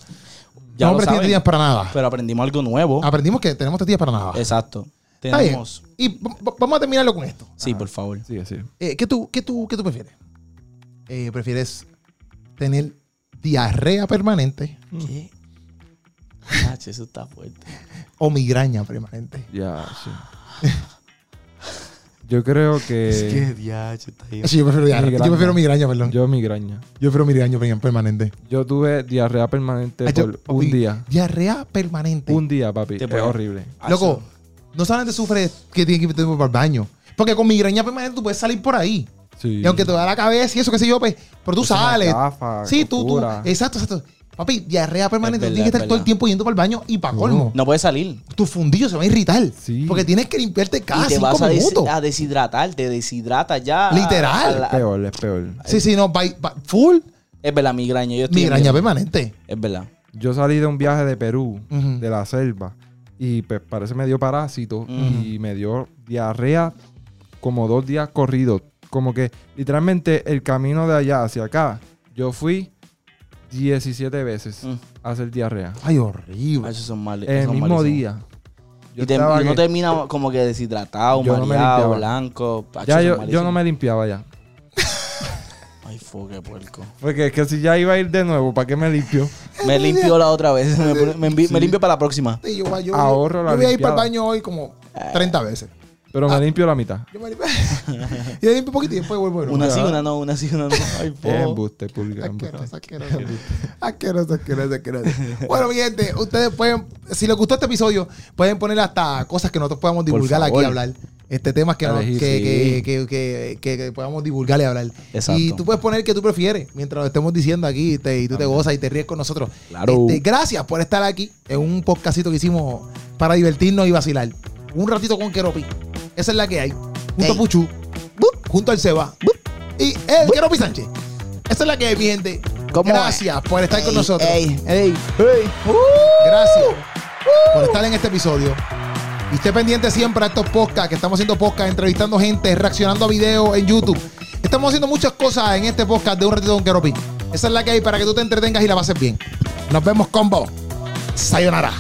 Speaker 2: Ya
Speaker 1: no,
Speaker 2: lo
Speaker 1: hombre,
Speaker 2: saben,
Speaker 1: tres días para nada.
Speaker 2: Pero aprendimos algo nuevo.
Speaker 1: Aprendimos que tenemos tres días para nada.
Speaker 2: Exacto.
Speaker 1: Ah. Está bien.
Speaker 2: Tenemos.
Speaker 1: Y v- v- vamos a terminarlo con esto.
Speaker 2: Sí, por favor.
Speaker 3: Sí, sí.
Speaker 1: Eh, ¿qué, tú, qué, tú, ¿Qué tú prefieres? Eh, ¿Prefieres tener diarrea permanente
Speaker 2: ¿Qué? Nacho, Mm. eso está fuerte.
Speaker 1: o migraña permanente?
Speaker 3: Ya, sí. Yo creo que,
Speaker 2: Eh. diacho está bien.
Speaker 1: Sí, yo prefiero diarrea.
Speaker 3: Migraña.
Speaker 1: Yo prefiero migraña, perdón. Yo,
Speaker 3: yo migraña.
Speaker 1: prefiero migraña per- permanente.
Speaker 3: Yo tuve diarrea permanente
Speaker 1: Ay, yo-
Speaker 3: por un día.
Speaker 1: Diarrea permanente.
Speaker 3: Un día, papi.
Speaker 2: Te
Speaker 3: Es
Speaker 2: puedo-
Speaker 3: horrible.
Speaker 1: Loco, no solamente sufres que tienes que irte para el baño. Porque con migraña permanente tú puedes salir por ahí.
Speaker 3: Sí.
Speaker 1: Y aunque te da la cabeza y eso, qué sé yo, pues, pero tú
Speaker 3: Usa una
Speaker 1: sales.
Speaker 3: gafa,
Speaker 1: sí, tú, tú.
Speaker 3: costura.
Speaker 1: Exacto, exacto. Papi, diarrea permanente.
Speaker 2: Es
Speaker 1: tú
Speaker 2: verdad,
Speaker 1: tienes que
Speaker 2: es
Speaker 1: estar todo el
Speaker 2: verdad.
Speaker 1: tiempo yendo para el baño y para colmo.
Speaker 2: No puedes salir.
Speaker 1: Tu fundillo se va a irritar.
Speaker 3: Sí.
Speaker 1: Porque tienes que limpiarte cada
Speaker 2: y te vas
Speaker 1: cinco
Speaker 2: a, des-
Speaker 1: minutos.
Speaker 2: a deshidratar. Te deshidrata ya.
Speaker 1: Literal.
Speaker 2: A la-
Speaker 3: Es peor, es peor.
Speaker 1: Sí, sí, no. by- by- full
Speaker 2: es verdad, migraña. Yo estoy
Speaker 1: migraña
Speaker 2: en-
Speaker 1: permanente.
Speaker 2: Es verdad.
Speaker 3: Yo salí de un viaje de Perú,
Speaker 1: Ujú.
Speaker 3: de la selva, y pues parece me dio parásito y me dio diarrea como dos días corridos. Como que literalmente el camino de allá hacia acá, yo fui 17 veces
Speaker 2: Mm.
Speaker 3: a hacer diarrea.
Speaker 1: Ay,
Speaker 2: Ah,
Speaker 1: horrible.
Speaker 2: Esos son males.
Speaker 3: El
Speaker 2: esos son
Speaker 3: Eh, mismo
Speaker 2: malísimos.
Speaker 3: día. Yo
Speaker 2: Y, te-
Speaker 3: estaba
Speaker 2: y no
Speaker 3: que-
Speaker 2: termina como que deshidratado,
Speaker 3: Yo no me
Speaker 2: mareado,
Speaker 3: limpiaba.
Speaker 2: blanco. Ah,
Speaker 3: ya
Speaker 2: esos son
Speaker 3: yo, yo no
Speaker 2: malísimos.
Speaker 3: me limpiaba ya.
Speaker 2: Ay, fue qué puerco.
Speaker 3: Porque es que si ya iba a ir de nuevo, ¿para qué me limpio?
Speaker 2: Me limpio la otra vez. Me, pone- me envi- me limpio para la próxima.
Speaker 1: Sí, yo, yo- yo-
Speaker 3: Ahorro la
Speaker 1: yo voy a ir para
Speaker 3: limpiada.
Speaker 1: el baño hoy como 30 veces.
Speaker 3: Pero
Speaker 2: Ah.
Speaker 3: me limpio la mitad.
Speaker 1: Yo me limpio. yo limpio un poquito y después vuelvo. de nuevo.
Speaker 2: Una sí, una no, una sí, una no. Ay, po.
Speaker 3: Es embuste, pulga, embuste.
Speaker 1: Asqueroso, asqueroso. Asqueroso, asqueroso, asqueroso. Bueno, mi gente, ustedes pueden, si les gustó este episodio, pueden poner hasta cosas que nosotros podamos divulgar aquí
Speaker 2: favor.
Speaker 1: hablar. Este tema que, no-
Speaker 3: Elegir,
Speaker 1: que,
Speaker 3: sí.
Speaker 1: que, que, que- que- que podamos divulgar y hablar.
Speaker 2: Exacto.
Speaker 1: Y tú puedes poner que tú prefieres mientras lo estemos diciendo aquí y te- y tú te gozas y te ríes con nosotros.
Speaker 2: Claro.
Speaker 1: Este, gracias por estar aquí en un podcastito que hicimos para divertirnos y vacilar. Un ratito con Keropi. Esa es la que hay. Junto a
Speaker 2: Ey.
Speaker 1: Puchu, bup, junto al Seba bup, y el Keropi Sánchez. Esa es la que hay, mi gente.
Speaker 2: ¿Cómo
Speaker 1: Gracias por estar con
Speaker 2: Ey,
Speaker 1: nosotros.
Speaker 2: ey, Uh. ey.
Speaker 1: Gracias por estar en este episodio. Y esté pendiente siempre a estos podcasts que estamos haciendo podcasts, entrevistando gente, reaccionando a videos en YouTube. Estamos haciendo muchas cosas en este podcast de un ratito con Keropi. Esa es la que hay para que tú te entretengas y la pases bien. Nos vemos combo. Sayonara.